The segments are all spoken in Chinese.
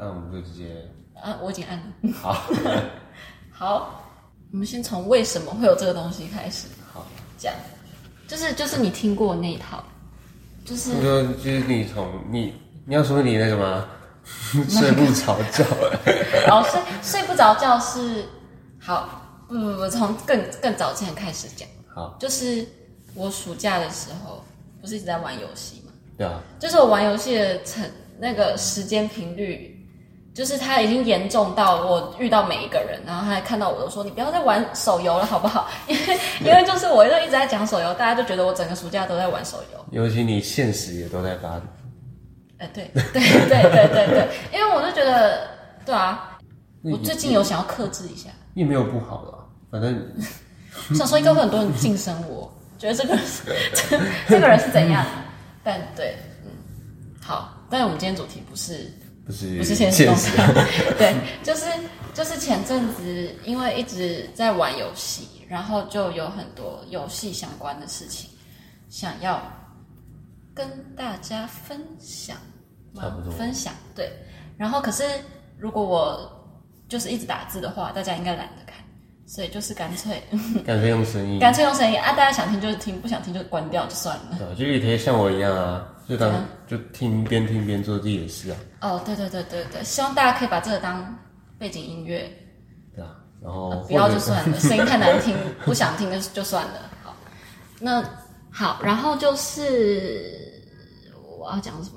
按，我们就直接 啊，我已经按了。 好，好，我们先从为什么会有这个东西开始好，讲，就是就是你听过那一套，就是你说就是你从你你要说你那个吗？ 睡不着觉，然后哦睡睡不着觉是好，不不不，从更更早之前开始讲，好，就是我暑假的时候不是一直在玩游戏嘛，对啊，就是我玩游戏的成那个时间频率。就是它已经严重到我遇到每一个人，然后他看到我都说你不要再玩手游了好不好？ 因为因为就是我就一直在讲手游，大家就觉得我整个暑假都在玩手游。尤其你现实也都在发，哎，对对对对对对，因为我就觉得，对啊，那我也最近有想要克制一下，也没有不好的啊，反正我想说应该会很多人晋升我，觉得这个人 是这这个人是怎样，但对，嗯，好，但是我们今天主题不是不是不是现实现动实，态， 对，就是就是前阵子因为一直在玩游戏，然后就有很多游戏相关的事情想要跟大家分享嘛，差不多分享对。然后可是如果我就是一直打字的话，大家应该懒得看，所以就是干脆，感觉用声 音干脆用声音啊，大家想听就听，不想听就关掉就算了。对啊，就也可以像我一样啊，就当对啊就听边听边做自己的事啊，哦，对对对对对，希望大家可以把这个当背景音乐对啊，然后不要或者就算 了，声音太难听，不想听就就算了。好，那好，然后就是我要讲什么？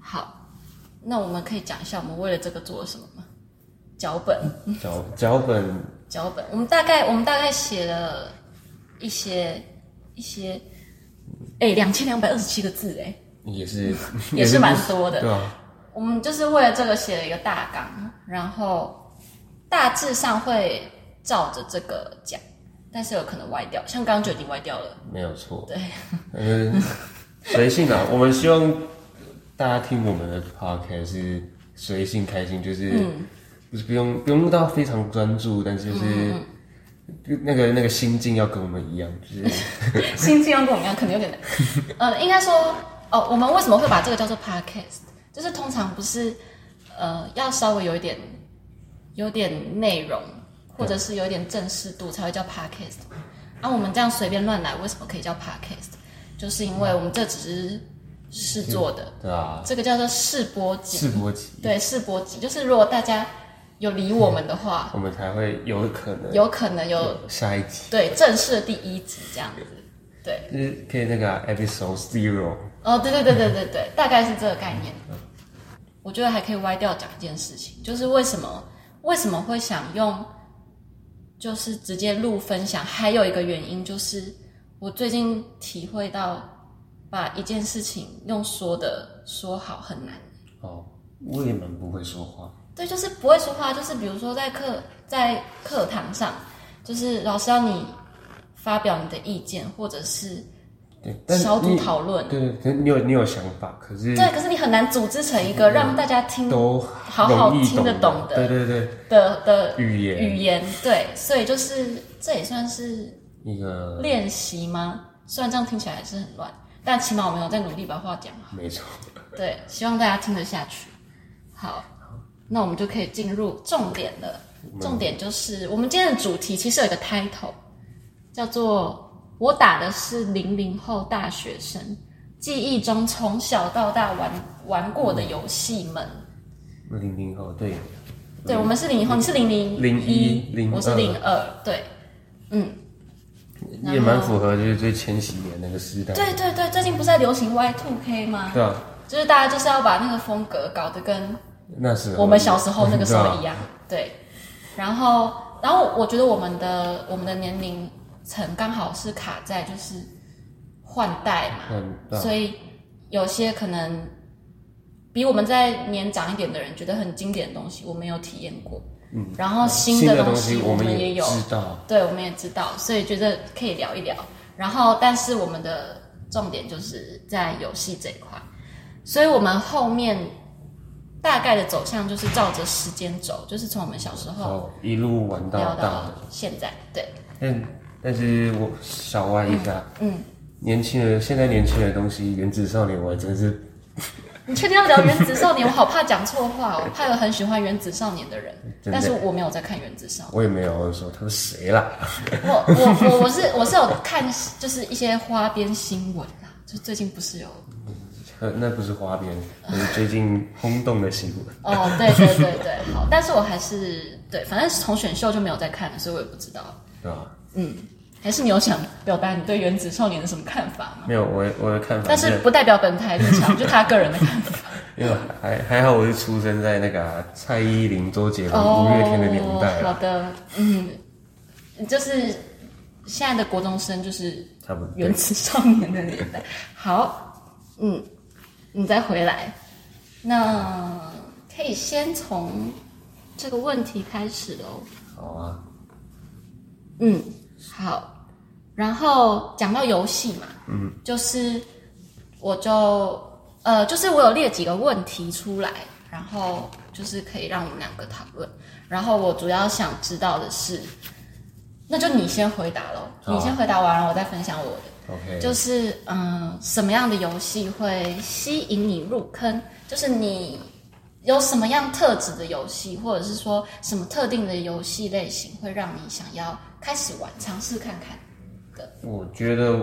好，那我们可以讲一下我们为了这个做了什么吗？脚本，脚脚本脚本，我们大概我们大概写了一些一些，哎、两千两百二十七个字、哎，也是也是蛮多的对啊，我们就是为了这个写了一个大纲，然后大致上会照着这个讲，但是有可能歪掉，像刚刚就已经歪掉了。没有错，对， 嗯，随性啊，我们希望大家听我们的 podcast 是随性开心，就是、嗯不是不用不用到非常专注，但是就是、嗯就那个那个心境要跟我们一样，就是 心境要跟我们一样，可能有点难。 呃，应该说，哦，我们为什么会把这个叫做 podcast？就是通常不是，呃，要稍微有一点有点内容，或者是有一点正式度才会叫 podcast。啊，我们这样随便乱来，为什么可以叫 podcast？就是因为我们这只是试做的，对啊，这个叫做试播集，试播集，对，试播集就是如果大家有理我们的话，我们才会有可能有可能有下一集，对正式的第一集这样子，对，就是可以那个啊、episode zero，哦，对对对对对对，大概是这个概念。嗯我觉得还可以歪掉讲一件事情，就是为什么为什么会想用，就是直接录分享，还有一个原因就是我最近体会到，把一件事情用说的说好很难。哦，我也蛮不会说话，对，就是不会说话，就是比如说在课在课堂上，就是老师要你发表你的意见，或者是对，但小组你讨论，对对，可是你有你有想法，可是对，可是你很难组织成一个让大家听都好好容易听得懂的对对对，的的语言语言，对，所以就是这也算是一个练习吗？虽然这样听起来还是很乱，但起码我们有在努力把话讲好。没错，对，希望大家听得下去。好，那我们就可以进入重点了。重点就是我们今天的主题其实有一个 title，叫做“我打的是零零后大学生记忆中从小到大玩玩过的游戏们”零零后对，对，我们是嗯零零后，你是零零01零二我是零二，对，然后也蛮符合就是最千禧年那个时代，对对对，最近不是在流行 Y two K 吗？对啊，就是大家就是要把那个风格搞得跟那时候我们小时候那个时候一样，样，啊对。然后，然后我觉得我们的我们的年龄层刚好是卡在就是换代嗯嘛，对啊所以有些可能比我们在年长一点的人觉得很经典的东西，我们有体验过。嗯，然后新新的的东西我们们也有，知道，对，我们也知道，所以觉得可以聊一聊。然后，但是我们的重点就是在游戏这一块，所以我们后面大概的走向就是照着时间轴，就是从我们小时候哦，一路玩到聊大到的，现在。对，但但是我小玩一下，嗯，年轻人现在年轻人的东西，原子少年我还真是你确定要聊《原子少年》？我好怕讲错话哦，我怕有很喜欢《原子少年》的人，真的但是我没有在看《原子少年我也没有我说他是谁啦，》。我我我我是我是有看，就是一些花边新闻啦，就最近不是有呃那不是花边，那是最近轰动的新闻。哦，对对对对，好，但是我还是对，反正从选秀就没有再看了，所以我也不知道。对吧？嗯，还是你有想表达你对《原子少年》的什么看法吗？没有，我我的看法但是是不代表本台立场，就他个人的看法。因为还还好，我是出生在那个啊、蔡依林、周杰伦、哦五月天的年代好啊，的，嗯，就是现在的国中生就是差不多。原子少年的年代。好，嗯，你再回来，那可以先从这个问题开始哦。好啊，嗯，好。然后讲到游戏嘛，嗯，就是我就呃，就是我有列几个问题出来，然后就是可以让我们两个讨论。然后我主要想知道的是，那就你先回答喽，好啊你先回答完，然后我再分享我的。 ，OK，就是嗯、什么样的游戏会吸引你入坑？就是你有什么样特质的游戏，或者是说什么特定的游戏类型会让你想要开始玩、尝试看看？我觉得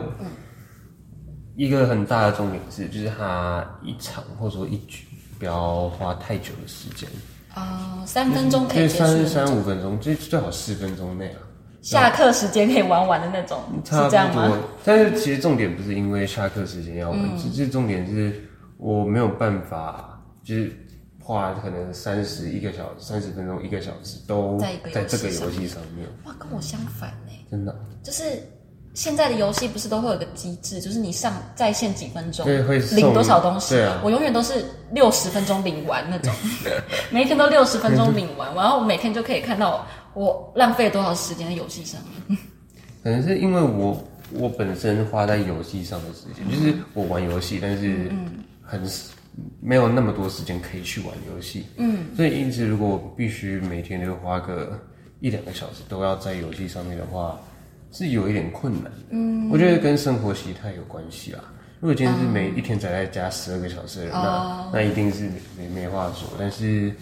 一个很大的重点是，就是它一场或者说一局不要花太久的时间，啊、三分钟可因以为结束的三那种，三五分钟，最最好四分钟内啊，下课时间可以玩完的那种，是嗯差这样不吗？嗯多。但是其实重点不是因为下课时间要玩，其实重点是我没有办法，就是花可能三十一个小时、三十分钟、一个小时都在一个游戏在这个上游戏上面，哇，跟我相反呢、真的就是现在的游戏不是都会有个机制，就是你上在线几分钟，对会送领多少东西？对啊我永远都是六十分钟领完那种， 每一天都六十分钟领 完，然后我每天就可以看到我浪费多少时间在游戏上面。可能是因为我我本身花在游戏上的时间，就是我玩游戏，但是很少没有那么多时间可以去玩游戏，嗯，所以因此如果我必须每天都花个一两个小时都要在游戏上面的话，是有一点困难的，嗯，我觉得跟生活习态有关系啦。如果今天是每一天宅在家十二个小时的人，那那一定是没没话说。但是，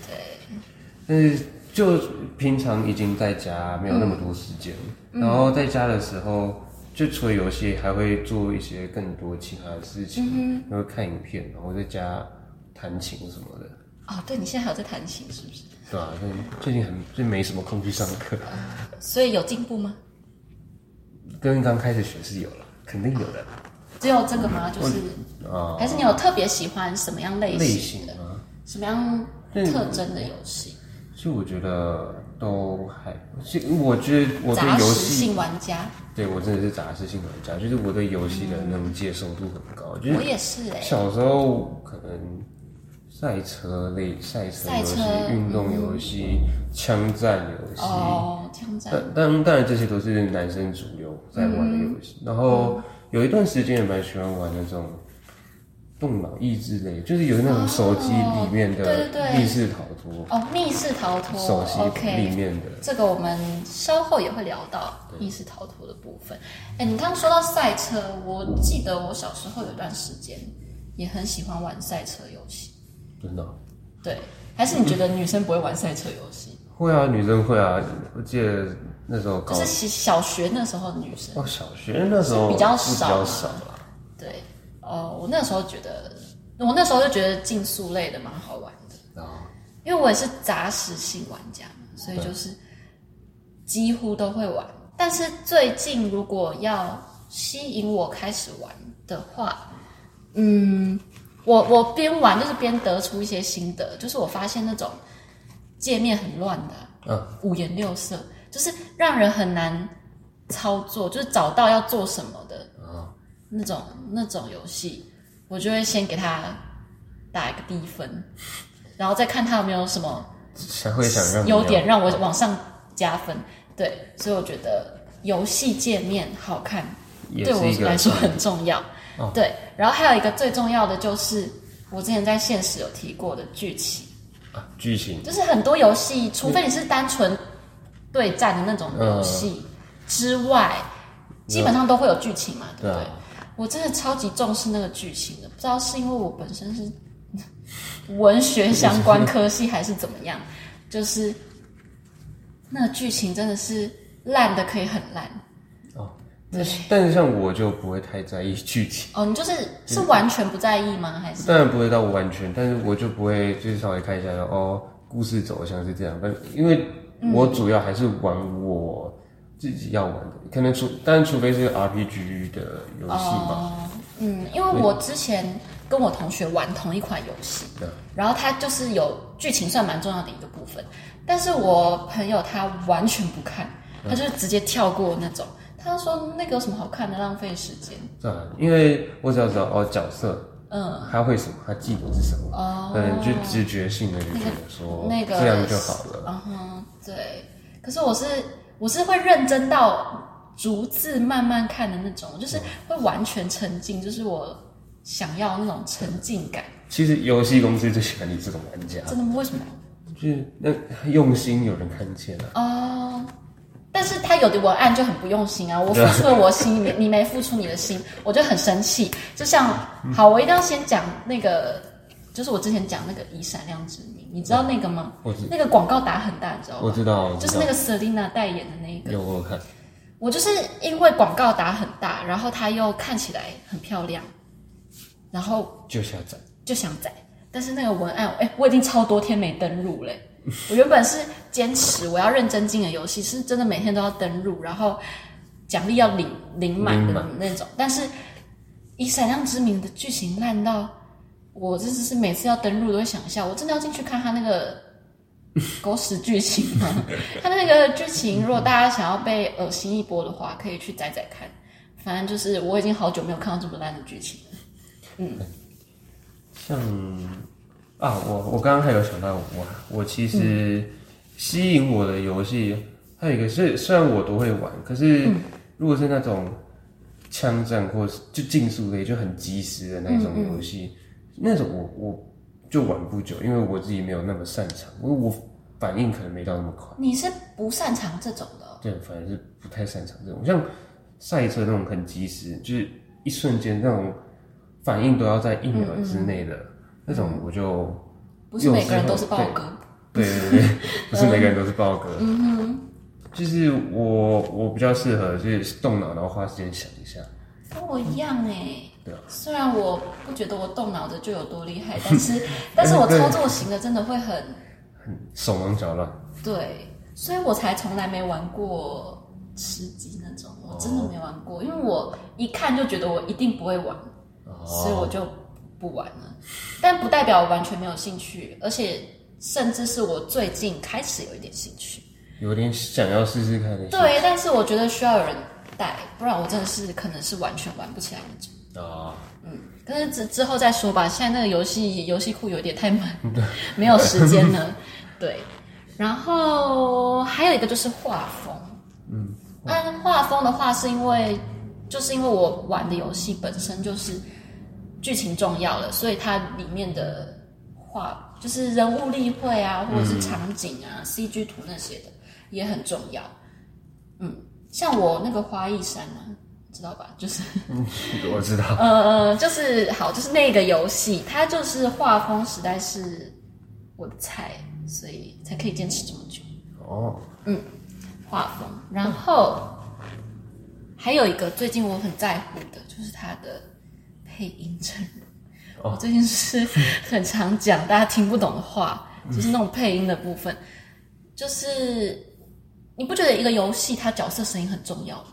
但是就平常已经在家没有那么多时间，嗯然后在家的时候，就除了游戏，还会做一些更多其他的事嗯情，然后看影片，然后在家弹琴什么的，哦，对你现在还有在弹琴是不是？对吧、所以最近很就没什么空去上课，所以有进步吗？跟刚开始学是有了，肯定有的只有这个吗？就是啊。还是你有特别喜欢什么样类类型、型啊，什么样特征的游戏？其实我觉得都还，其实我觉得我对杂游食戏，性玩家，对我真的是杂食性玩家，就是我对游戏的那种接受度很高，就是我也是哎、小时候可能赛车类、赛车赛游戏车、运动游戏、枪战游戏，哦，枪战。但但当然这些都是男生主流在玩的游嗯戏。然后有一段时间也蛮喜欢玩那种动脑益智类，就是有那种手机里面哦的对对对密室逃脱，哦，密室逃脱手机里 OK，面的。这个我们稍后也会聊到密室逃脱的部分。哎，你刚刚说到赛车，我记得我小时候有段时间也很喜欢玩赛车游戏。真的哦对，还是你觉得女生不会玩赛车游戏？会啊，女生会啊。我记得那时候就 高是小小学那时候的女生。哦，小学那时候是比较是比少较嘛少啦。对，哦，我那时候觉得，我那时候就觉得竞速类的蛮好玩的。然后因为我也是杂食性玩家嘛，所以就是几乎都会玩。但是最近如果要吸引我开始玩的话，嗯，我我边玩就是边得出一些心得，就是我发现那种界面很乱的啊、嗯，五颜六色，就是让人很难操作，就是找到要做什么的啊那种那种游戏，我就会先给他打一个低分，然后再看他有没有什么才会想让你优要点让我往上加分。对，所以我觉得游戏界面好看也对是一我个来说很重要。哦对，然后还有一个最重要的就是我之前在现实有提过的剧情，啊剧情。就是很多游戏，除非你是单纯对战的那种游戏之外，基本上都会有剧情嘛，对嗯对不啊对？我真的超级重视那个剧情的，不知道是因为我本身是 文学相关科系还是怎么样，就是那个剧情真的是烂的可以很烂哦。但是但是像我就不会太在意剧情，哦。你就是是完全不在意吗？还是当然不会到完全，但是我就不会就是稍微看一下说哦，故事走向是这样，但因为嗯我主要还是玩我自己要玩的，可能除但除非是 RPG 的游戏吧，哦，嗯，因为我之前跟我同学玩同一款游戏，对啊然后它就是有剧情算蛮重要的一个部分，但是我朋友他完全不看，嗯他就是直接跳过那种，他说那个有什么好看的，浪费时间。这样，因为我只要知道哦角色嗯，他会什么，他技能是什么，哦，嗯，就直觉性的就觉得说那个这样就好了。嗯哼，对。可是我是我是会认真到逐字慢慢看的那种，嗯就是会完全沉浸，就是我想要那种沉浸感。其实游戏公司最喜欢你这种玩家，真的吗？为什么？就是那用心有人看见啊。哦，但是他有的文案就很不用心 啊！我付出了我心，你没你没付出你的心，我就很生气。就像，嗯好，我一定要先讲那个，就是我之前讲那个《以闪亮之名》，你知道那个吗？我知那个广告打很大，你知道我吗？知道，我哦就知是那，道个 Selina 代言的那一个。有我有看，我就是因为广告打很大，然后它又看起来很漂亮，然后就下载。就想载，但是那个文案，哎、我已经超多天没登录嘞、我原本是坚持我要认真进的游戏，是真的每天都要登录，然后奖励要领领满领的满那种。但是以闪亮之名的剧情烂到，我真的是每次要登录都会想一下，我真的要进去看他那 个狗屎剧情吗？他那个剧情，如果大家想要被恶心一波的话，可以去载载看。反正就是我已经好久没有看到这么烂的剧情了。像啊，我我刚刚还有想到我，我其嗯实吸引我的游戏还有一个是，虽然我都会玩，可是嗯如果是那种枪战或是就竞速类，就很及时的那种游戏，嗯那种我我就玩不久，因为我自己没有那么擅长，因为我反应可能没到那么快，你是不擅长这种的哦、对，反而是不太擅长这种，像赛车那种很及时，就是一瞬间那种反应都要在一秒之内的、那种，我就。不是每个人都是豹哥。对对对， 不是每个人都是豹哥。嗯哼，就是我我比较适合就是动脑，然后花时间想一下。跟我一样哎、对啊虽然我不觉得我动脑的就有多厉害，但 是但是我操作型的真的会很手忙脚乱，对，所以我才从来没玩过吃鸡那种，我真的没玩过，因为我一看就觉得我一定不会玩，所以我就不玩了。但不代表我完全没有兴趣，而且甚至是我最近开始有一点兴趣。有点想要试试看的。对，但是我觉得需要有人带，不然我真的是可能是完全玩不起来那种。啊，但是之之后再说吧，现在那个游戏游戏库有点太 满，没有时间 了。对，然后还有一个就是画风，嗯，按画风的话是因为就是因为我玩的游戏本身就是剧情重要了，所以它里面的画就是人物立绘啊，或者是场景啊、CG 图那些的也很重要。嗯，像我那个花艺山啊，你知道吧？就是。我知道。呃，就是好，就是那个游戏，它就是画风实在是我的菜，所以才可以坚持这么久哦，画风。然后还有一个最近我很在乎的，就是它的配音阵容。我最近是很常讲大家听不懂的话，就是那种配音的部分，就是你不觉得一个游戏它角色声音很重要吗？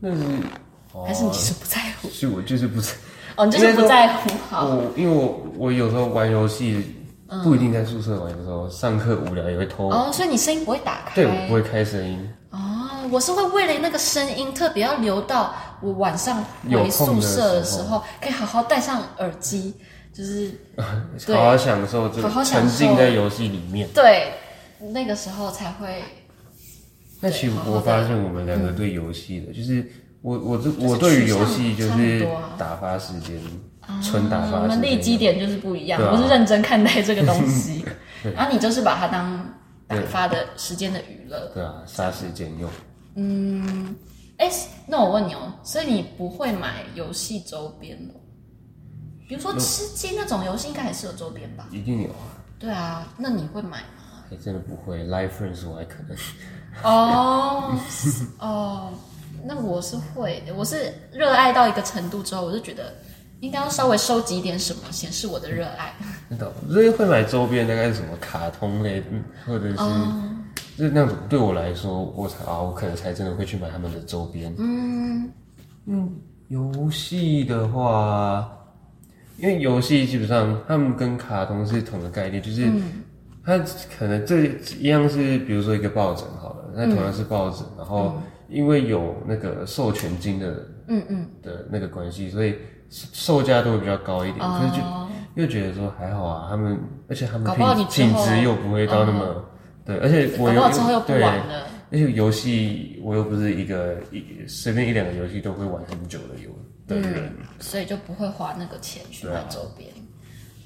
那是还是你其实不在乎？是我就是不是哦，你就是不在乎好。我，哦因为我我有时候玩游戏不一定在宿舍玩，有时候上课无聊也会偷。嗯哦，所以你声音不会打开。对我不会开声音，哦，我是会为了那个声音特别要留到我晚上有回宿空的舍的时时候，可以好好戴上耳机，就是对好好享受这好好享沉受浸在游戏里面。对那个时候才会那其实好好我的发现我们两个对游戏的，就是我我这就我是对于取游向戏就差很是多啊打发时间，纯打嗯发我时们立基间。点就是不一样，对啊我是认真看待这个东 西，然啊后你就是把它当打发的时间的娱乐。对啊，杀时间用。哎，那我问你哦，所以你不会买游戏周边哦？比如说吃鸡那种游戏，应该还是有周边吧？一定有啊，对啊，那你会买吗？还真的不会。Life Friends 我还可能，哦哦，那我是会的，我是热爱到一个程度之后，我就觉得应该要稍微收集一点什么，显示我的热爱。那倒不所以会买周边，大概是什么卡通类的，或者是、哦就是那种对我来说，我才啊，我可能才真的会去买他们的周边。嗯，游戏的话，因为游戏基本上他们跟卡通是同的概念，就是嗯它可能这一样是，比如说一个抱枕好了，那同嗯样是抱枕，然后因为有那个授权金的嗯嗯，的那个关系，所以售价都会比较高一点，可是就哦，又觉得说还好啊，他们而且他们搞不好品你之品后嗯质又不会到那么、对，而且搞我不有好之后又不对，玩而了。且游戏我又不是一个一随便一两个游戏都会玩很久的游的人。所以就不会花那个钱去对买啊周边。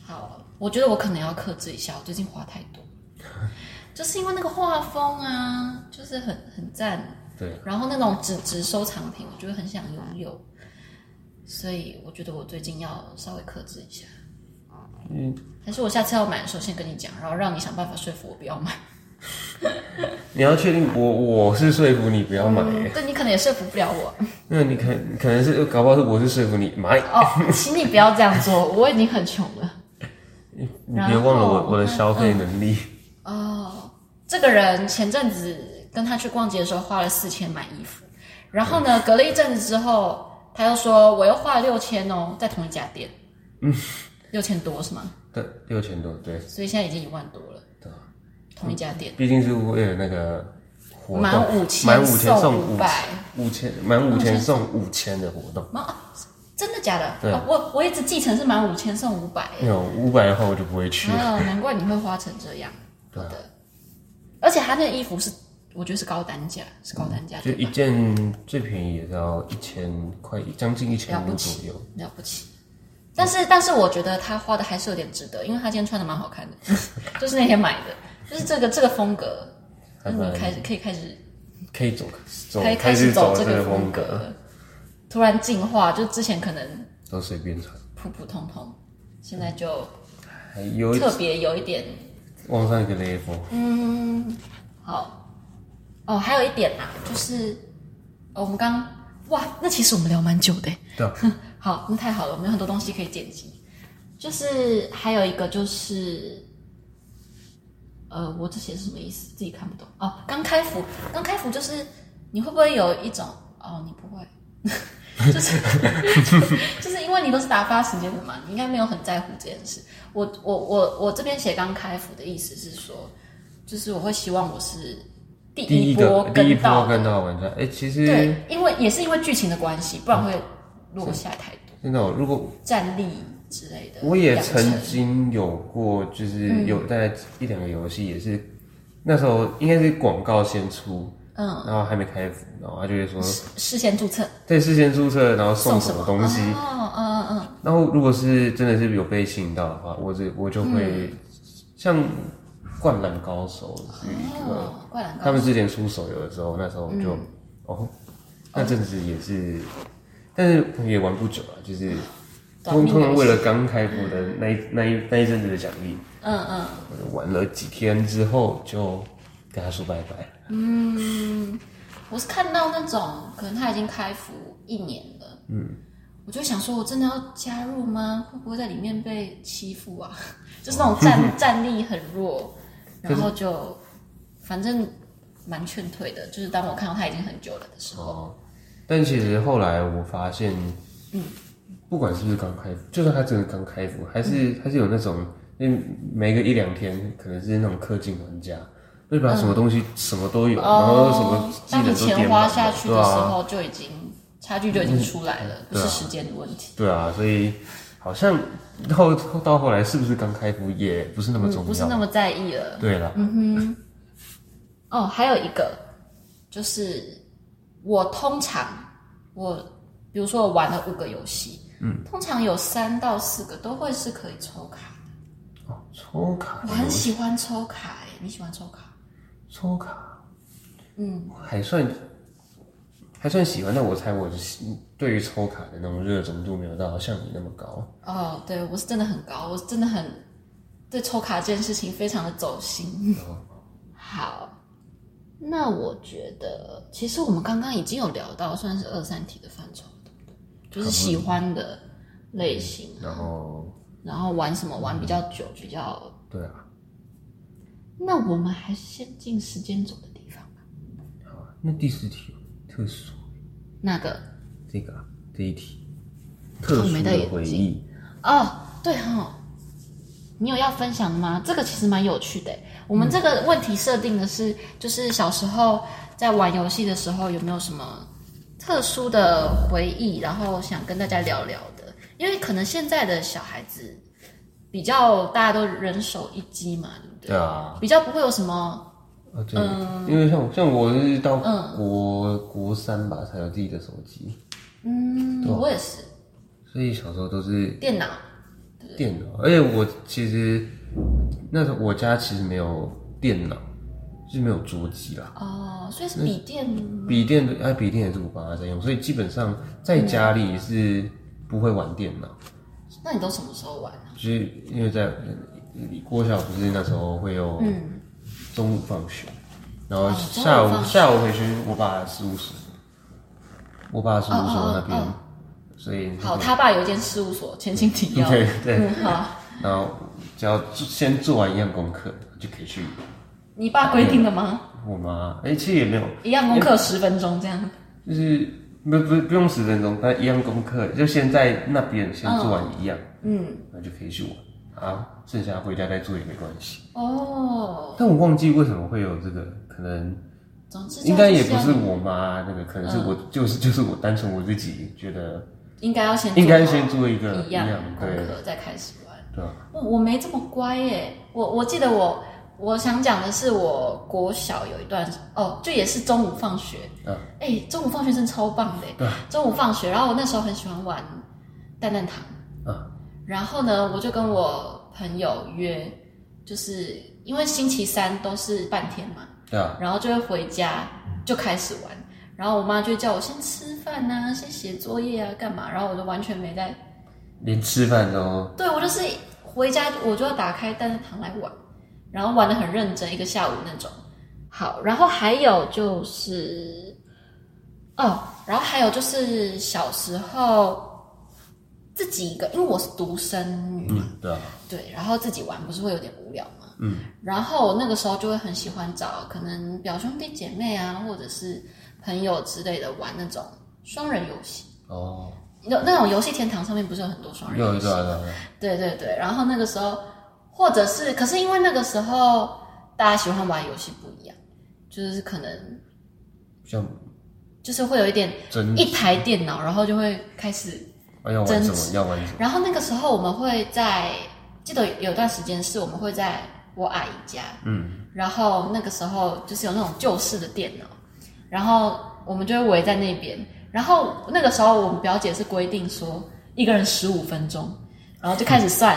好，我觉得我可能要克制一下，我最近花太多，就是因为那个画风啊，就是很很赞，对，然后那种纸质收藏品，我就会很想拥有，所以我觉得我最近要稍微克制一下。嗯，还是我下次要买的时候先跟你讲，然后让你想办法说服我不要买。你要确定我我是说服你不要买、欸，对你可能也说服不了我那你可可能是呃搞不好是我是说服你买，哦，请你不要这样做，我已经很穷了。你别忘了然后我我的消费能力。哦，这个人前阵子跟他去逛街的时候花了四千买衣服，然后呢，隔了一阵子之后，他又说我又花了六千哦，在同一家店，嗯，六千多是吗？对，六千多，对，所以现在已经一万多了，对，啊同一家店，毕竟是为了那个活动，满五千满五千送送五500五千，满五千送五千的活动。妈、啊真的假的？对啊哦我我一直继承是满五千送五百，那种五百的话，我就不会去。啊，难怪你会花成这 样，好啊的，而且他那个衣服是我觉得是高单价，是高单价，就对一吧？件最便宜也要一千块，将近一千了不五左起右。了不起。但是，但是我觉得他花的还是有点值得，因为他今天穿的蛮好看的， 就是那天买的，就是这个这个风格，还那蛮你开始可以开始可以走走嗯可以开始始走这这个个风格格，了，突然进化，就之前可能都随便穿。普普通通，现在就还有一特别有一点往上一个 level，嗯，好。哦，还有一点啦，就是、哦、我们刚哇，那其实我们聊蛮久的耶。对啊 好，那太好了，我们有很多东西可以剪辑。就是还有一个就是，呃，我这写是什么意思？自己看不懂哦。刚开服，刚开服就是你会不会有一种哦，你不会， 就是 就是因为你都是打发时间的嘛，你应该没有很在乎这件事。我我我我这边写刚开服的意思是说，就是我会希望我是第第一一波个第一跟波到的跟到玩家，哎、其实对，因为也是因为剧情的关系，不然会落下太多真的哦，如果战力之类的养成。我也曾经有过，嗯就是有大概一两个游戏也是，那时候应该是广告先出，嗯，然后还没开服，然后他就会说事先注册在事先注册，然后送什什么东西，哦，嗯嗯嗯，然后如果是真的是有被吸引到的话，我这我就嗯会、像《灌篮高手》是一个，哦，灌篮高他手们之前出手游的时候，那时候我就、嗯哦，那阵子也是，但是也玩不久啊，就是短通命游戏通常为了刚开服的那一那一那一阵子的奖励，嗯嗯，我就玩了几天之后就跟他说拜拜。我是看到那种可能他已经开服一年了，嗯，我就想说，我真的要加入吗？会不会在里面被欺负啊？ 就是那种 战战力很弱，然后就反正蛮劝退的。就是当我看到他已经很久了的时候，哦，但其实后来我发现，嗯不管是不是刚开服，就算它真的刚开服，还嗯是还是有那种，因为每个一两天可能是那种氪金玩家，就把什么东西什么都有，然后什么嗯技哦当你能都点钱花满下了，去对的时啊，嗯候，就已经、差距就已经出来了，不是时间的问题，对啊，所以好像后后到后来是不是刚开服也不是那么重要，嗯不是那么在意了。对了，哦，还有一个就是我通常我比如说我玩了五个游戏，嗯，通常有三到四个都会是可以抽卡的。哦，抽卡我，很喜欢抽卡、欸，你喜欢抽卡？抽卡嗯，还算还算喜欢，但我猜我的喜对于抽卡的那种热衷度没有到像你那么高。哦，对我是真的很高，我是真的很对抽卡这件事情非常的走心。 好，那我觉得其实我们刚刚已经有聊到算是二三体的范畴，对不对？就是喜欢的类型，然后，然后玩什么玩比较久，比较对啊，那我们还是先进时间轴的地方吧。好啊，那第四题特殊，那个这个啊这一题，特我殊没戴的眼回镜忆，哦，对哈、哦，你有要分享的吗？这个其实蛮有趣的诶。我们这个问题设定的是，就是小时候在玩游戏的时候有没有什么特殊的回忆，然后想跟大家聊聊的。因为可能现在的小孩子比较大家都人手一机嘛，对不对？对啊，比较不会有什么啊对，因为像像我是到国国三吧才有自己的手机，嗯，我也是所以小时候都是电脑电脑，而且我其实那时候我家其实没有电脑，就是没有桌机啦。哦，所以是笔电笔电的，哎，笔电也是我爸妈在用，所以基本上在家里是不会玩电脑，那你都什么时候玩啊？就是因为在郭小不是那时候会有中午放学，然后嗯哦下中午、午放学下午回去我爸事务所，我爸事务所那边，哦哦哦所以好，他爸有一间事务所，前情提要。 对对，嗯，好，然后只要做先做完一样功课就可以去。你爸规定的吗？我妈，哎、其实也没有，一样功课十分钟这样。就是不不不用十分钟，但一样功课，就先在那边先做完一样，嗯，然后就可以去玩啊，剩下回家再做也没关系。哦，但我忘记为什么会有这个，可能总之应该也这不样就是嗯要，我妈那个，可能是我、就是就是我单纯我自己觉得应该要先应该做好先做一个一一样样，功对课再开始玩。对吧？我我没这么乖耶，我我记得我我想讲的是，我国小有一段哦，就也是中午放学，嗯哎、中午放学真的超棒的耶，对中午放学，然后我那时候很喜欢玩蛋蛋糖。啊，然后呢，我就跟我朋友约，就是因为星期三都是半天嘛，对啊，然后就会回家就开始玩。然后我妈就会叫我先吃饭呐、先写作业啊，干嘛？然后我就完全没在，连吃饭都对我就是回家我就要打开蛋蛋糖来玩，然后玩的很认真，一个下午那种。好，然后还有就是，哦，然后还有就是小时候自己一个，因为我是独生女嘛，嗯，对啊，对，然后自己玩不是会有点无聊吗？嗯，然后我那个时候就会很喜欢找可能表兄弟姐妹啊，或者是朋友之类的玩那种双人游戏。哦，那那种游戏天堂上面不是有很多双人有游一戏？个对啊对对啊对对，然后那个时候，或者是，可是因为那个时候大家喜欢玩游戏不一样，就是可能像就是会有一点真一台电脑，然后就会开始啊要玩争什么执要玩什么，然后那个时候我们会在，记得有段时间是我们会在我阿姨家，嗯，然后那个时候就是有那种旧式的电脑，然后我们就会围在那边。然后那个时候我们表姐是规定说一个人十五分钟，然后就开始算，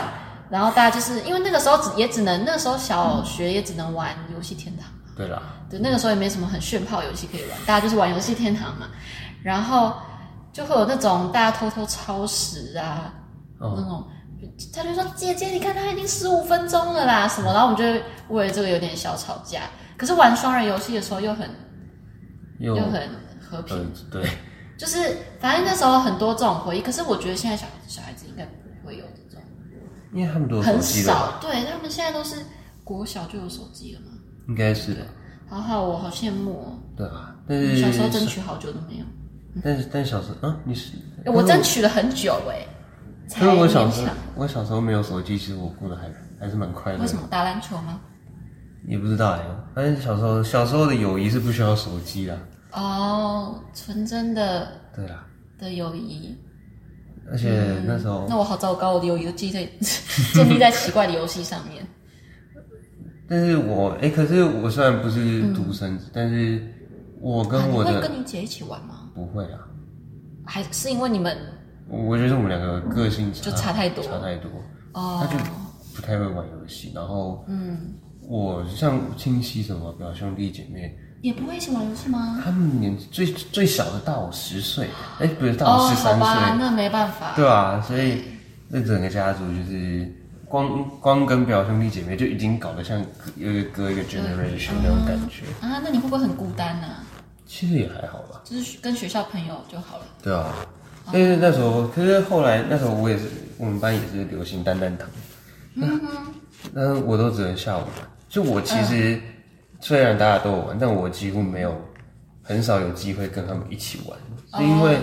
然后大家就是因为那个时候只也只能那个时候小学也只能玩游戏天堂。对啦，对，那个时候也没什么很炫炮游戏可以玩，大家就是玩游戏天堂嘛，然后就会有那种大家偷偷超时啊，哦那种他就说姐姐，你看他已经十五分钟了啦什么，然后我们就会为了这个有点小吵架，可是玩双人游戏的时候又很又又很和平，嗯对，就是反正那时候很多这种回忆，可是我觉得现在小小孩子应该不会有这种，因为他们都有手很机了吧，少，对他们现在都是国小就有手机了嘛，应该是吧，好好，我好羡慕哦。对啊，但是小时候争取好久都没有，但是但小时候啊，你是欸我争取了很久哎、才因为我小时勉候强我小时候没有手机，其实我过得还还是蛮快乐为什的。么打篮球吗？也不知道哎、反正小时候小时候的友谊是不需要手机的，哦，纯真的对啊。的友谊。而嗯且那时候、那我好糟糕，我的友谊都建立在 建立在奇怪的游戏上面。但是我哎、可是我虽然不是独生子，但是嗯我啊跟你我会的、跟你姐一起玩吗？不会啊，还是因为你们我我觉得我们两个个性差就差太多差太多，哦他就不太会玩游戏，然后嗯我像亲戚什么表兄弟姐妹，也不会一起玩游戏吗？他们年纪最最小的大我十岁，哎、不是大我哦，十好三岁，吧，那没办法。对啊，所以这整个家族就是光光跟表兄弟姐妹就已经搞得像有一个隔一个 generation 嗯那种感觉，啊，那你会不会很孤单呢、其实也还好吧。就是跟学校朋友就好了。对啊，哦因为那时候，可是后来那时候我也是，我们班也是流行蛋蛋糖，嗯， 但我都只能下午玩。就我嗯其实、虽然大家都有玩，但我几乎没有，很少有机会跟他们一起玩，是因为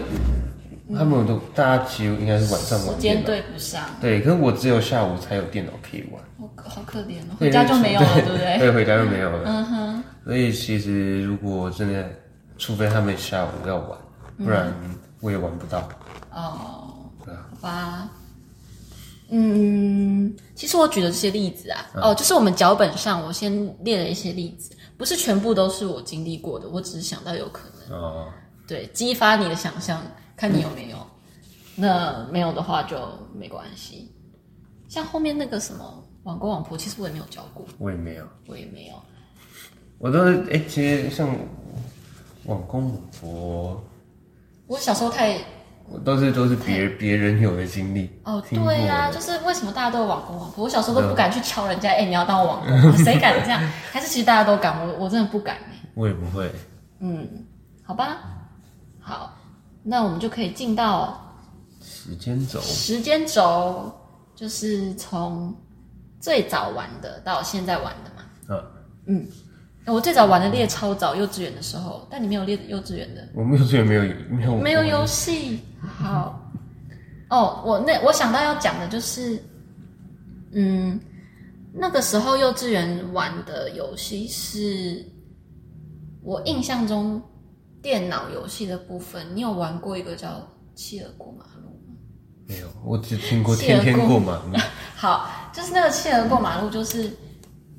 他们都、大家其实应该是晚上哦时玩电间脑，对不上，对，可是我只有下午才有电脑可以玩。好可好可怜哦，回家就没有了，对不对？对，回家就没有了。嗯哼。所以其实如果真的，除非他们下午要玩，不然嗯我也玩不到。哦，对啊好吧。嗯，其实我举的这些例子啊，嗯哦，就是我们脚本上我先列了一些例子，不是全部都是我经历过的，我只是想到有可能，哦，对，激发你的想象，看你有没嗯有。那没有的话就没关系。像后面那个什么网公网婆，其实我也没有教过，我也没有，我也没有。我都哎、诶其实像网工网婆，我小时候太我都是都是别别人有的经历。哦，听过对呀、的嗯就是为什么大家都有网工网婆？我小时候都不敢去敲人家，哎、你要当我网工 吗，谁敢这样？还是其实大家都敢，我我真的不敢、欸、我也不会。嗯，好吧，好，那我们就可以进到时间轴，时间轴，就是从最早玩的到现在玩的嘛。啊，我最早玩的列超早，幼稚园的时候，但你没有列幼稚园的。我们幼稚园没有没有没有游戏。好，哦，我那我想到要讲的就是，嗯，那个时候幼稚园玩的游戏是，我印象中电脑游戏的部分，你有玩过一个叫《企鹅过马路》吗？没有，我只听过谢尔天天公过马路。好，就是那个企鹅过马路，就是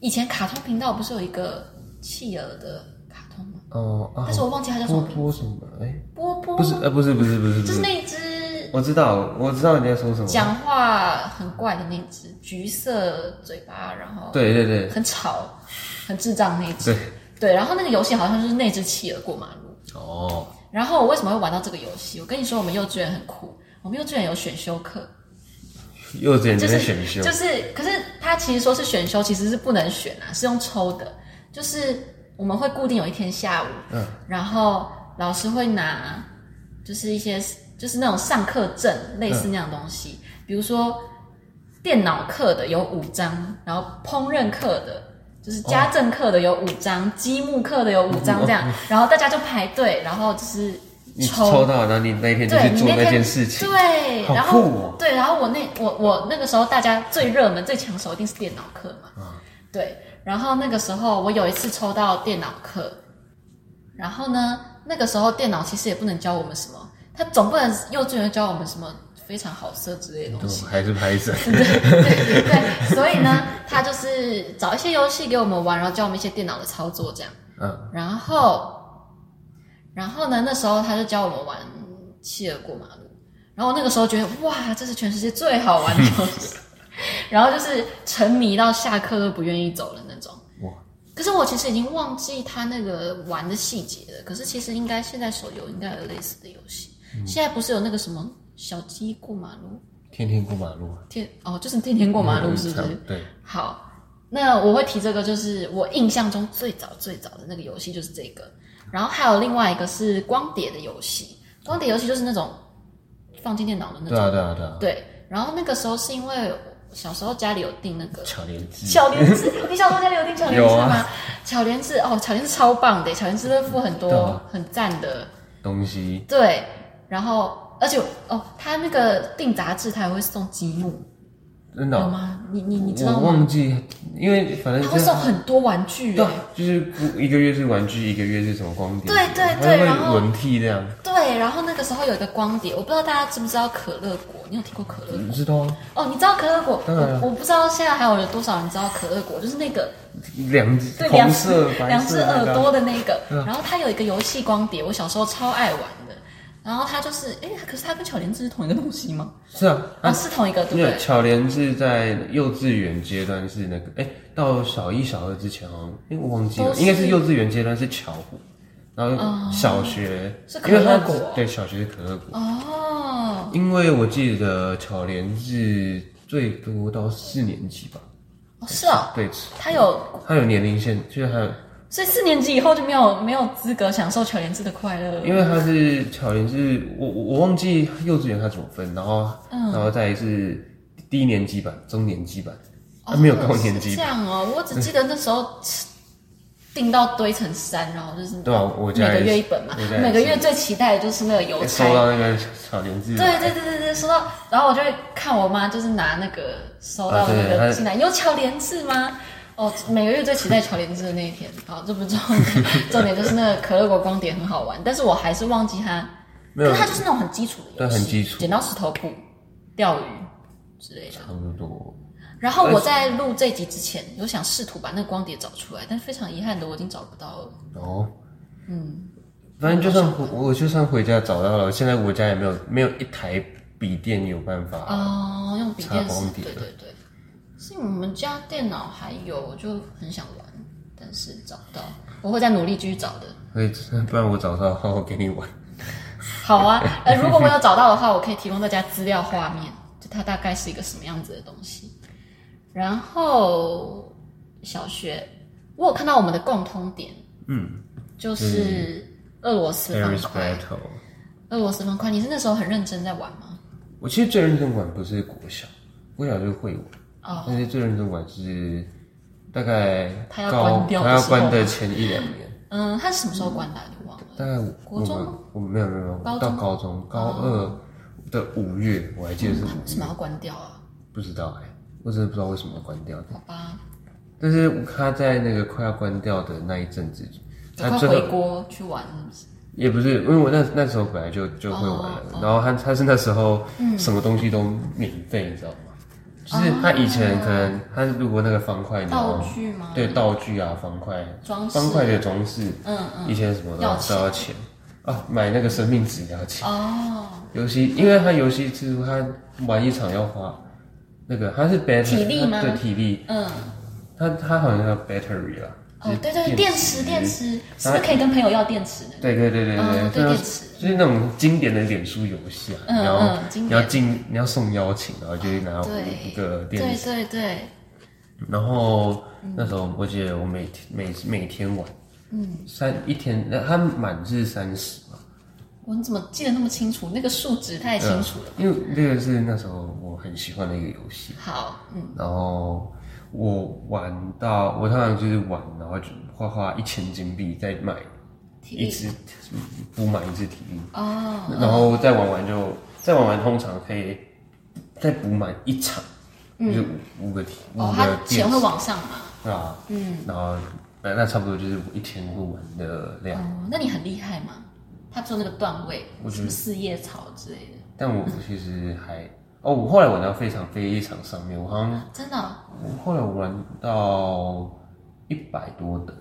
以前卡通频道不是有一个企鹅的卡通吗？哦啊但，是我忘记它叫什波么名，波什么？哎、波波不是，呃，不是，不是，不是，不就是是，那一只我知道，我知道你在说什么。讲话很怪的那只，橘色嘴巴，然后对对对很吵、很智障那只。对，对，然后那个游戏好像就是那只企鹅过马路。哦，然后我为什么会玩到这个游戏？我跟你说，我们幼稚园很酷，我们幼稚园有选修课，幼稚园就就是是选修，就是，可是他其实说是选修，其实是不能选啊，是用抽的。就是我们会固定有一天下午，嗯，然后老师会拿就是一些就是那种上课证类似那样东西，比如说电脑课的有五张，然后烹饪课的。就是家政课的有五张，积木课的有五张这样，然后大家就排队，然后就是哦你抽到，然后你那一天就对，去你做那那天件事情。对，好然后、酷哦对，然后我那我我那个时候大家最热门最抢手一定是电脑课嘛，嗯对。然后那个时候我有一次抽到电脑课，然后呢，那个时候电脑其实也不能教我们什么，它总不能幼稚园教我们什么非常好色之类的东西。还是拍摄，对对，所以呢，他就是找一些游戏给我们玩，然后教我们一些电脑的操作这样。 嗯，然后，然后呢？那时候他就教我们玩企鹅过马路，然后我那个时候觉得哇，这是全世界最好玩的游戏，然后就是沉迷到下课都不愿意走的那种。哇，可是我其实已经忘记他那个玩的细节了。可是其实应该现在手游应该有类似的游戏，现在不是有那个什么小鸡过马路，天天过马路啊，天哦，就是天天过马路，是不差是？对，好，那我会提这个，就是我印象中最早最早的那个游戏就是这个，然后还有另外一个是光碟的游戏，光碟游戏就是那种放进电脑的那对种，啊，对啊，对啊，对。然后那个时候是因为小时候家里有订那个巧莲子，巧莲 智，你小时候家里有订巧莲嗯有智啊吗？巧莲智哦，巧莲智超棒的，巧莲智会附很对多啊很赞的，东西，对。然后而且哦，他那个订杂志，他还会送积木，真的有哦，吗？你嗯你你知道我吗？忘记，因为反正他就会是送很多玩具、对欸，啊，就是不一个月是玩具，一个月是什么光碟，对对它对会然后轮替这样，对，然后那个时候有一个光碟，我不知道大家知不知道可乐果，你有听过可乐果？你知道啊哦，你知道可乐果？当然我我不知道现在还有多少人知道可乐果，就是那个两只对两红只色、白两只色那耳个啊朵的那个，然后它有一个游戏光碟，我小时候超爱玩的。然后它就是，哎，可是它跟巧莲智是同一个东西吗？是啊，啊，是同一个，对不那对？巧莲是在幼稚园阶段是那个，哎、到小一、小二之前哦，因为我忘记了都，是哦应该是幼稚园阶段是巧虎，然后小学、是因为它可乐果对，小学是可乐果，哦，因为我记得巧莲是最多到四年级吧，哦是哦，对，他有，它有年龄限，就是它有所以四年级以后就没有没有资格享受巧莲智的快乐了。因为它是巧莲是，我我我忘记幼稚园它怎么分，然后、嗯然后再是低年级版、中年级版，它、啊没有高年哦是级这版，样哦，我只记得那时候订到堆成山，然后就是对吧、我每家个也月是一本嘛我家，也每个是月最期待的就是那个邮收差。到那个巧莲字，对对对对对，收到，然后我就会看我妈就是拿那个收到啊的对那个她进来，有巧莲字吗？哦，每个月最期待巧莲字的那一天。好，这不重点，重点就是那个可乐果光碟很好玩，但是我还是忘记它，没可有是它就是那种很基础的游对戏，很基础剪刀石头布、钓鱼之类的。差不多。然后我在录这集之前，有想试图把那个光碟找出来，但非常遗憾的，我已经找不到了。哦，嗯，反正就算回我就算回家找到了，现在我家也没有没有一台笔电有办法。哦，用笔电啊插是光，对碟对对，是嗯我们家电脑还有，我就很想玩，但是找不到，我会再努力继续找的。所以，不然我找到好好给你玩。好 啊，呃，如果我有找到的话，我可以提供大家资料画面，就它大概是一个什么样子的东西。然后小学，我有看到我们的共通点，嗯就是俄罗斯方 Paris 块。 Battle，俄罗斯方块，你是那时候很认真在玩吗？我其实最认真玩不是国小，国小就是会玩，哦但是最认真玩是大概他要高关掉他的要时候关的吗前一两年，嗯，它是什么时候关的啊、你忘了？大概我国中我们我们没有没有没有高中哦到高中高二的五月，我还记得是五为什么要关掉啊？不知道哎、我真的不知道为什么要关掉。好吧，但是他在那个快要关掉的那一阵子，赶他快最后回锅去玩，是不是？也不是，因为我那那时候本来就哦就会玩了，然后他他是那时候什么东西都免费，你知道吗？就是他以前可能他如果那个方块你要道具吗？对道具啊方块装饰方块的装饰，嗯以前什么都要要都钱要钱啊，买那个生命值要钱。哦，游戏，因为他游戏制度，他玩一场要花那个他是 battery 体力吗对体力，嗯，他他好像叫 battery 啦。哦，对对，电电池池电池是不是可以跟朋友要电池的？对对对对嗯对，对那电池就是那种经典的脸书游戏啊，嗯你要、嗯经典你要进你要送邀请，然后就去拿对一个电对池，对对，然后那时候我记得我每天每每天玩，嗯，三一天，那它满是三十嘛，我怎么记得那么清楚？那个数值太清楚了。因为那个是那时候我很喜欢的一个游戏，好，嗯，然后我玩到我通常就是玩，然后就花花一千金币再买体一力只补满一只体力，哦，然后再玩完就再玩完，通常可以再补满一场，就五五个题，五嗯哦，个它钱点会往上嘛？啊，嗯，然后那那差不多就是一天会玩的量，哦，那你很厉害嘛？它做那个段位，啊我觉什得么四叶草之类的，但我其实还哦，我后来玩到非常非常上面，我好像真的哦，我后来玩到一百多的，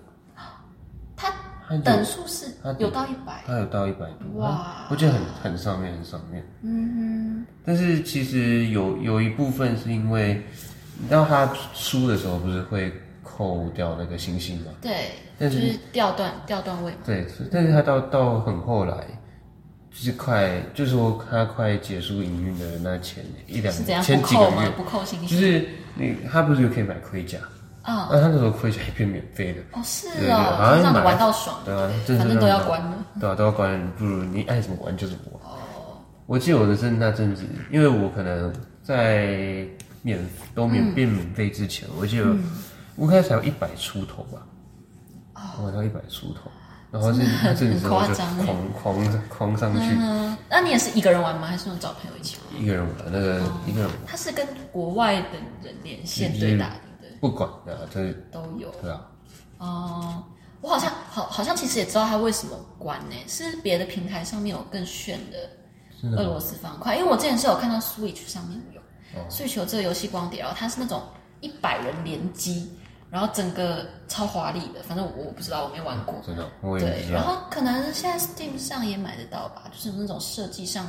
它它有等数是它有到一百，它有到一百多，哇我记得很很上面很上面。嗯但是其实有有一部分是因为，你知道他输的时候不是会扣掉那个星星吗？哼，对，就但是是掉段掉段位嘛。对，但是他到到很后来，就是快，就是说他快结束营运的那前一两是怎样前不几个扣吗月？，不扣星就星？是你他不是就可以买盔甲，啊、那他那时候盔甲也变免费的，哦是对对好哦，像让你买玩到爽，对啊对这反正是都让要你关了。 对啊，都要管，不如你爱怎么玩就怎么玩。哦我记得我的是那阵子，因为我可能在免都免变免费之前，我记得嗯我开始才有一百出头吧，哦我到一百出头，然后是那阵子之后 很就夸张欸狂狂狂上去，嗯，那你也是一个人玩吗？还是那种找朋友一起玩？一个人玩那个哦一个人玩他是跟国外的人连线对打，对不管的，就是不对？都有对啊，哦。我好像好，好像其实也知道他为什么关呢、是别的平台上面有更炫的真的俄罗斯方块，因为我之前是有看到 Switch 上面有、Switch 哦有这个游戏光碟，然后它是那种一百人联机，然后整个超华丽的，反正我我不知道，我没玩过。真的，我也不对，知然道，后可能现在 Steam 上也买得到吧，就是那种设计上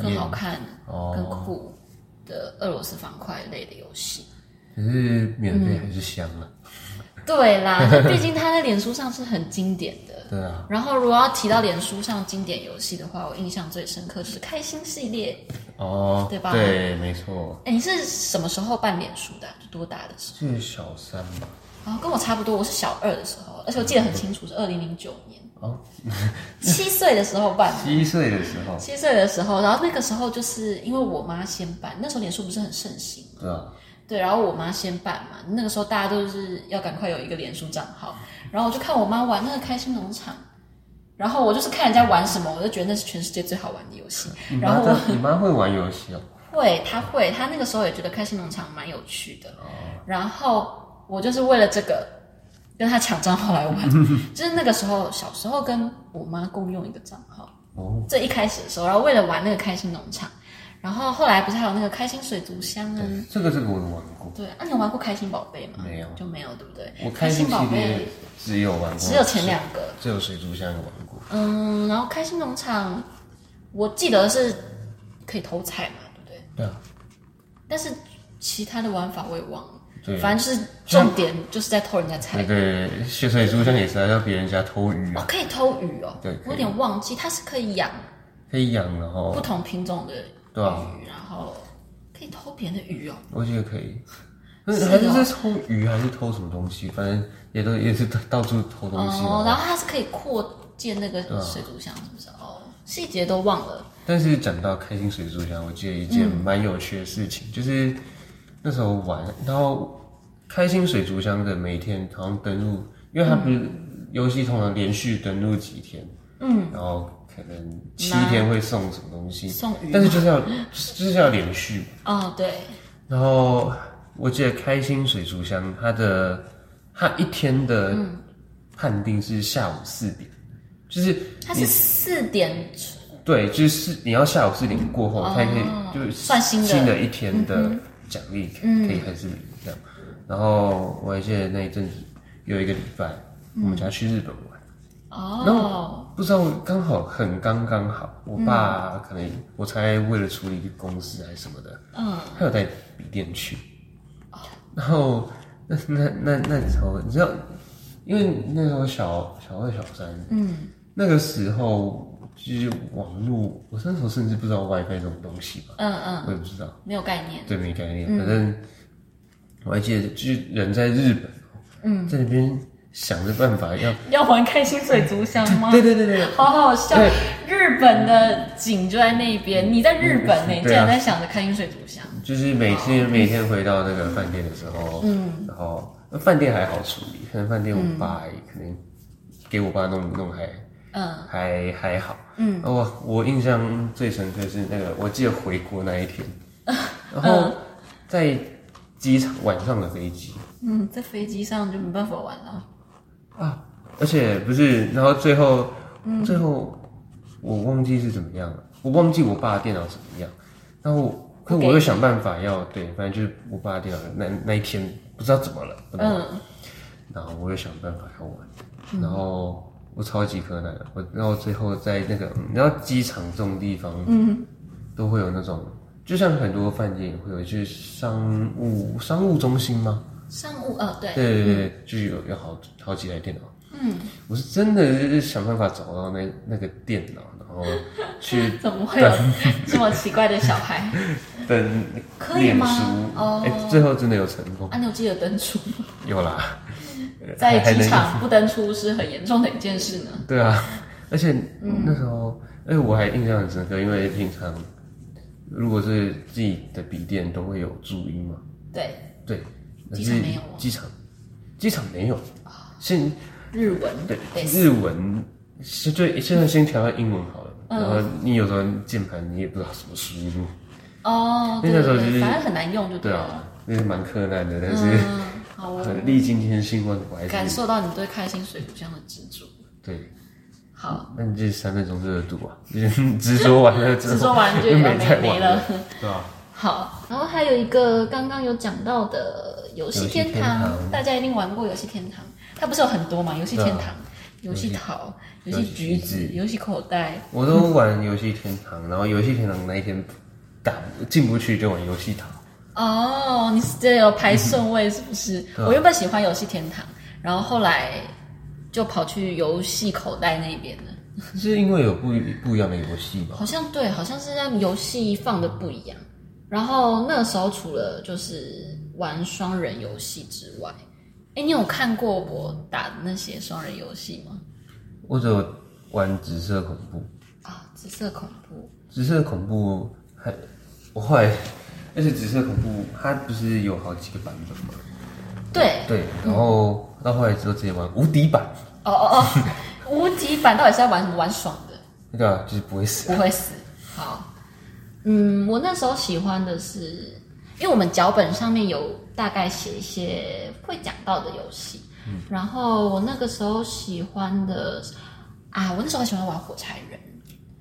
更好看、哦更酷的俄罗斯方块类的游戏。真可是免嗯费还是香啊。对啦，毕竟它在脸书上是很经典的。对啊，然后，如果要提到脸书上经典游戏的话，我印象最深刻就是开心系列。哦，对吧对，没错，哎，你是什么时候办脸书的啊、就多大的时候？是小三吧？然后跟我差不多，我是小二的时候，而且我记得很清楚，是二零零九年，哦，七岁的时候办的。七岁的时候，七岁的时候，然后那个时候就是因为我妈先办，那时候脸书不是很盛行，对啊，对，然后我妈先办嘛，那个时候大家都是要赶快有一个脸书账号，然后我就看我妈玩那个开心农场，然后我就是看人家玩什么，我就觉得那是全世界最好玩的游戏你，嗯然妈后我在，你妈会玩游戏哦？会，她会，她那个时候也觉得开心农场蛮有趣的，哦然后我就是为了这个跟她抢账号来 玩，就是那个时候小时候跟我妈共用一个账号。哦，最一开始的时候，然后为了玩那个开心农场，然后后来不是还有那个开心水族箱啊？对，这个这个我有玩过，对，啊，你有玩过开心宝贝吗？没有就没有，对不对？我嗯开开心宝系列贝只有玩过，只有前两个，只有水族箱有玩过，嗯，然后开心农场，我记得是可以投彩嘛，对不对？对啊，但是其他的玩法我也忘了，对啊反正就是重点就是在偷人家彩对。对，对水水族箱也是在要别人家偷鱼哦啊，，可以偷鱼哦，对我有点忘记，它是可以养可以养，然不后同品种的鱼，对啊然后可以偷别人的鱼哦。我觉得可以。还是是哦还是在偷鱼，还是偷什么东西？反正也都也是到处偷东西。哦，然后它是可以扩建那个啊水族箱，是不是？哦，细节都忘了。但是讲到开心水族箱，我记得一件蛮有趣的事情，就是那时候玩，然后开心水族箱的每天好像登录，因为它不是游戏通常连续登录几天，嗯，然后可能七天会送什么东西，送鱼但是就是要就是要连续嘛。哦，对，然后我记得开心水族箱它的它一天的判定是下午四点，就是它是四点对，就是你要下午四点过后才可以，就是哦算新的嗯一天的奖励可以开始领这样。然后我还记得那一阵子有一个礼拜，我们家去日本玩，哦，不知道刚好很刚刚好，我爸可能我猜为了处理公事还是什么的，嗯，他有带笔电去。然后那那那那时候你知道，因为那时候小小二小三，嗯，那个时候就是网络，我那时候甚至不知道 WiFi 这种东西吧，嗯嗯，我也不知道，没有概念，对，没概念。反正我还记得，就是人在日本，嗯，在那边想着办法要，要玩开心水族箱吗？对对对对，好好笑对，日本的景就在那边，你在日本呢，嗯你竟对然啊在想着开心水族箱，就是每天每天回到那个饭店的时候，嗯，然后那饭店还好处理，可能饭店我爸还可能给我爸弄弄还嗯，还还好。嗯，我我印象最深刻是那个，我记得回国那一天， 然后在机场晚上的飞机嗯，在飞机上就没办法玩了，啊，而且不是，然后最后、最后我忘记是怎么样了，我忘记我爸的电脑怎么样，然后可不给我又想办法要对，反正就是我爸的电脑那那一天不知道怎么了，不能玩嗯，然后我又想办法要玩，然后我超级柯南，我然后最后在那个你知道机场这种地方，嗯，都会有那种，就像很多饭店也会有，就是商务商务中心吗？上午，呃，对，对对对，就是有有好好几台电脑，嗯，我是真的是想办法找到那那个电脑，然后去 怎么会有这么奇怪的小孩？ 登可以脸吗书，哦哦哎、最后真的有成功，啊，你有记得登出吗？有啦，在还机能场不登出是很严重的一件事呢。对啊，而且那时候，哎、我还印象很深刻，因为平常如果是自己的笔电都会有注音嘛，对，对，但机是场没有啊哦机场机场没有，现日文对对日文是最现在先调到英文好了，嗯然后你有时候键盘你也不知道怎么输入，哦，对因为那时候对就对，是反正很难用就对了。啊，那是蛮困难的，但是嗯，好哦，啊很历尽千辛万苦还感是受到你对开心水族箱的执着。对。好，那你这三分钟热度啊，就是执着完了之后，制作完就也就没再没没玩了。对啊。好，然后还有一个刚刚有讲到的游戏天游戏天堂，堂大家一定玩过游戏天堂，它不是有很多嘛？游戏天对堂、游戏桃、啊游游戏戏橘橘子、子游戏口袋，我都玩游戏天堂，然后游戏天堂那一天打进不去就玩游戏塔，哦，你是真的有排顺位是不是？我原本喜欢游戏天堂，然后后来就跑去游戏口袋那边了。是因为有不一不一样的游戏吧？好像对，好像是在游戏放的不一样。然后那时候除了就是玩双人游戏之外，哎，你有看过我打的那些双人游戏吗？或者玩紫色恐怖，啊，紫色恐怖，紫色恐怖还我后来，而且紫色恐怖它不是有好几个版本吗？对，对，然后到后来之后直接玩无敌版，哦哦 哦，无极版到底是在玩什么？玩爽的。那个啊就是不会死不会死。好，嗯，我那时候喜欢的是，因为我们脚本上面有大概写一些会讲到的游戏，嗯然后我那个时候喜欢的啊，我那时候很喜欢玩火柴人，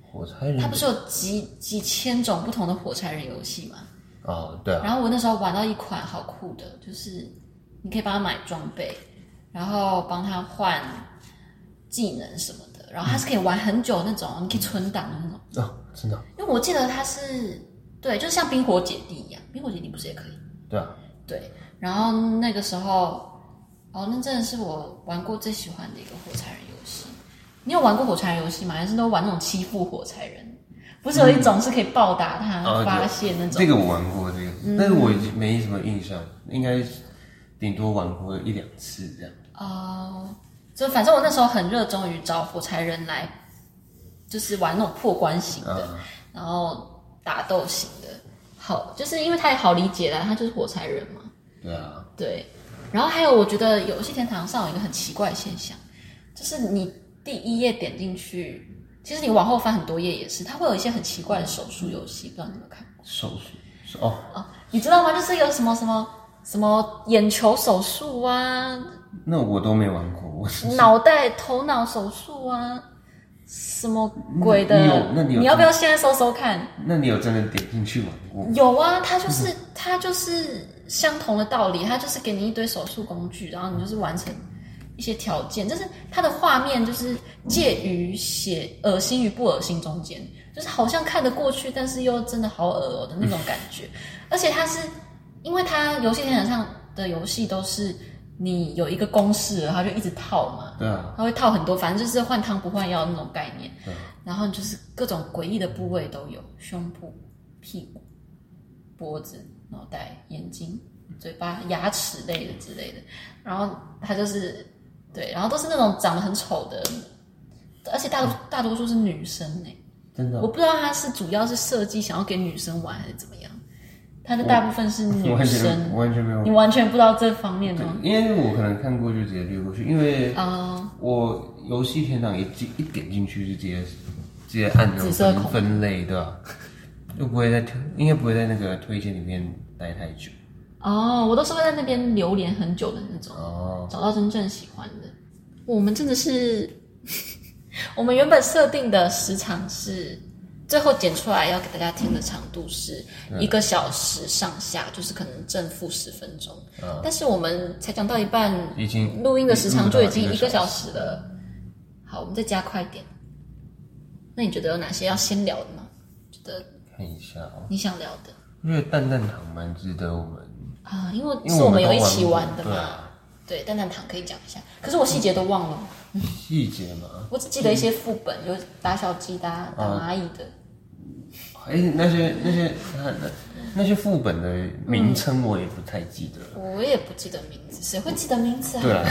火柴人它不是有几几千种不同的火柴人游戏吗？哦，对啊，然后我那时候玩到一款好酷的，就是你可以帮他买装备，然后帮他换技能什么的，然后它是可以玩很久那种，你可以存档的那种。哦，真的啊因为我记得他是对，就像冰火姐弟一样，冰火姐弟不是也可以？对啊，对。然后那个时候，哦，那真的是我玩过最喜欢的一个火柴人游戏。你有玩过火柴人游戏吗？还是都玩那种欺负火柴人？不是有一种是可以暴打他、哦发泄那种？这个我玩过这个，但是我已经没什么印象，应该顶多玩过一两次这样。哦、就反正我那时候很热衷于找火柴人来，就是玩那种破关型的，嗯然后打斗型的。好，就是因为他也好理解啦，他就是火柴人嘛。对啊，对，然后还有我觉得游戏天堂上有一个很奇怪的现象，就是你第一页点进去，其实你往后翻很多页也是，它会有一些很奇怪的手术游戏，不知道你有没有看手术是哦，过啊？你知道吗？就是有什么什么什么眼球手术啊，那我都没玩过，我是脑袋头脑手术啊。什么鬼的？你有那你有要不要现在搜搜看？那你有真的点进去玩过？有啊，它就是它就是相同的道理，它就是给你一堆手术工具，然后你就是完成一些条件，就是它的画面就是介于写恶心与不恶心中间，就是好像看得过去，但是又真的好恶哦的那种感觉。而且它是因为它游戏天堂上的游戏都是你有一个公式，然后就一直套嘛，对啊，它会套很多，反正就是换汤不换药那种概念。然后就是各种诡异的部位都有，胸部、屁股、脖子、脑袋、眼睛、嘴巴、牙齿类的之类的。然后它就是对，然后都是那种长得很丑的，而且大多大多数是女生呢、真的啊我不知道它是主要是设计想要给女生玩还是怎么样，它的大部分是 我女完全生，我完全没有你完全不知道这方面哦吗？因为我可能看过就直接略过去，因为啊、我游戏天堂一进一点进去就直接直接按那种紫色分孔分类，对吧、又不会在推，应该不会在那个推荐里面待太久。哦，我都是会在那边流连很久的那种。哦，找到真正喜欢的。我们真的是， 我们原本设定的时长是，最后剪出来要给大家听的长度是嗯一个小时上下，就是可能正负十分钟。但是我们才讲到一半，嗯已经录音的时长就已经录到一一嗯个个小小时了。好，我们再加快点。那你觉得有哪些要先聊的吗？觉得看一下哦，你想聊的因为蛋蛋糖蛮值得我们，啊？因为因是为我们们有都一起过玩的对嘛。啊，对，蛋蛋糖可以讲一下，可是我细节都忘了。细节嘛，我只记得一些副本，有打小鸡、打打蚂蚁的。哎、那些那些那那那些副本的名称我也不太记得了。我也不记得名字，谁会记得名字啊？对啊，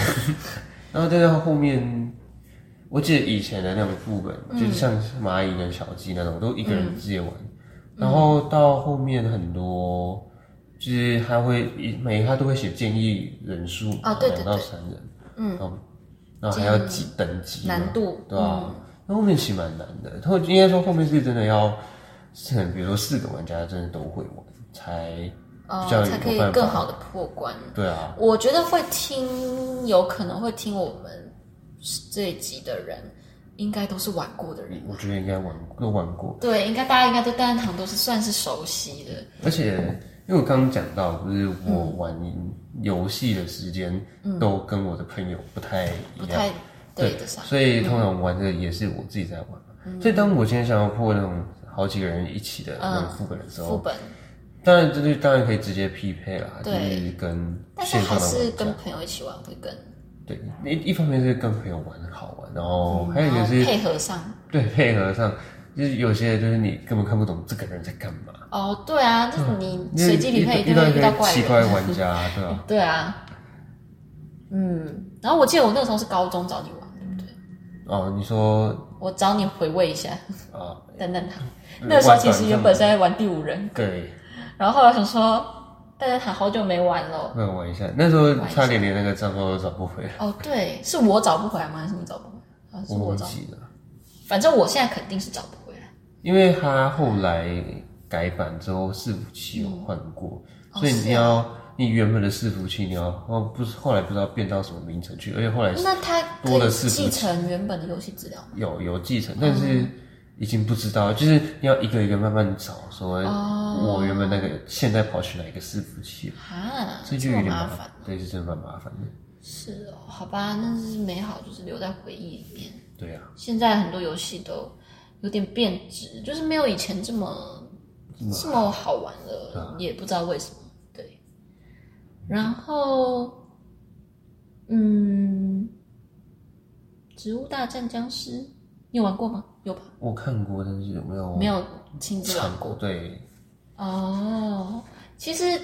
然后再到后面，我记得以前的那种副本，嗯就是像蚂蚁跟小鸡那种，都一个人自己玩。然后到后面很多，就是他会每一他都会写建议人数，啊对对两到三人，嗯，然后然后还要几等级嘛，难嗯度对啊，那后面其实蛮难的，然后应该说后面是真的要，是很比如说四个玩家真的都会玩才比较呃，才可以有办更法，好的破关。对啊，我觉得会听，有可能会听我们这一集的人，应该都是玩过的人。我觉得应该玩都玩过。对，应该大家应该对蛋蛋糖都是算是熟悉的。而且，因为我刚刚讲到，就是我玩游戏的时间都跟我的朋友不太不一样，太对得上。嗯所以通常玩的也是我自己在玩嘛。所以当我今天想要破那种好几个人一起的那种副本的时副候，本当然，就是当然可以直接匹配啦，就对是跟但是线上还的是玩跟家。朋友一起玩会更，对，一一方面是跟朋友玩很好玩，然后还有一嗯然个后是配合上。对配合上，就是有些就是你根本看不懂这个人在干嘛，哦，对啊，就是你嗯因为随机匹配一遇定到会一遇到个怪奇怪人。的玩家，对吧、对啊，嗯，然后我记得我那个时候是高中找你玩，对不对？哦，你说我找你回味一下，啊、等等他。呃那个时候其实原本是在玩第五人，对，然后后来想说，大家喊好久没玩了。那玩一下，那时候玩一下差点连那个账号都找不回来，哦，对，是我找不回来吗？还是你找不回来？好像是我我忘找，记了，反正我现在肯定是找不回来。因为他后来改版之后，伺服器有换过，哦所以是你啊要、你原本的伺服器你要哦不是后来不知道变到什么名称去，而且后来那他可多了以伺服器继承原本的游戏资料吗有有继承，但是嗯已经不知道，就是你要一个一个慢慢找，说哦我原本那个现在跑去哪一个伺服器，啊，所以这就有么点麻麻烦。，对，是真的蛮麻烦的。是哦，好吧，那是美好，就是留在回忆里面。对啊，现在很多游戏都有点变质，就是没有以前这么这么好啊玩了，也不知道为什么。对，然后，嗯，《植物大战僵尸》你有玩过吗？有吧？我看过，但是有没有没有亲自玩尝过过？对，哦。其实《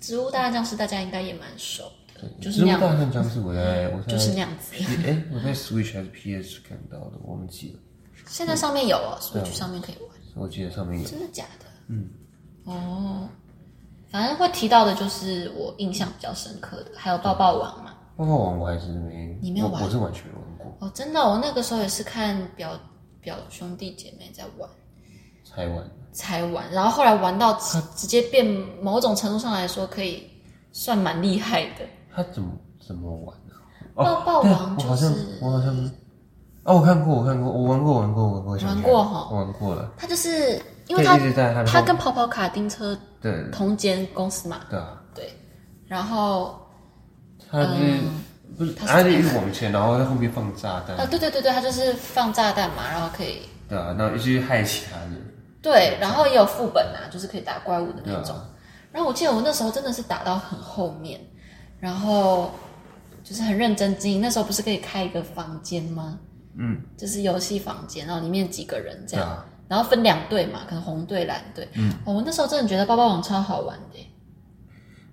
植物大战僵尸》大家应该也蛮熟的，对就是植物那样，大战僵尸，我在我就是那在样子。 P 哎，我在 Switch 还是 PS 看到的，我忘记了，现在上面有哦，Switch 上面可以玩。我记得上面有。真的假的？嗯，哦，反正会提到的就是我印象比较深刻的，还有抱抱王嘛。包括网我还是没，你没有我玩我是完全没玩过，哦，真的哦、我那个时候也是看表表兄弟姐妹在玩才玩。才玩，然后后来玩到直直接变某种程度上来说，可以算蛮厉害的。他怎么怎么玩呢、抱抱哦对啊王我就好像是我好像哦，我看过，我看过，我玩过，玩过，玩过，想起来玩过哈我玩过了，他就是因可为以他一直在他的他跟跑跑卡丁车对同间公司嘛，对啊，对，然后他就是、不是嗯他是他就一直往前，然后在后面放炸弹，啊，对对对对，他就是放炸弹嘛，然后可以对啊，然后一直害其他人，对，然后也有副本嗯啊，就是可以打怪物的那对种。啊，然后我记得我那时候真的是打到很后面，然后就是很认真经营。那时候不是可以开一个房间吗？嗯，就是游戏房间，然后里面几个人这对样，啊，然后分两队嘛，可能红队、蓝队。嗯、哦，我那时候真的觉得包包网超好玩的耶。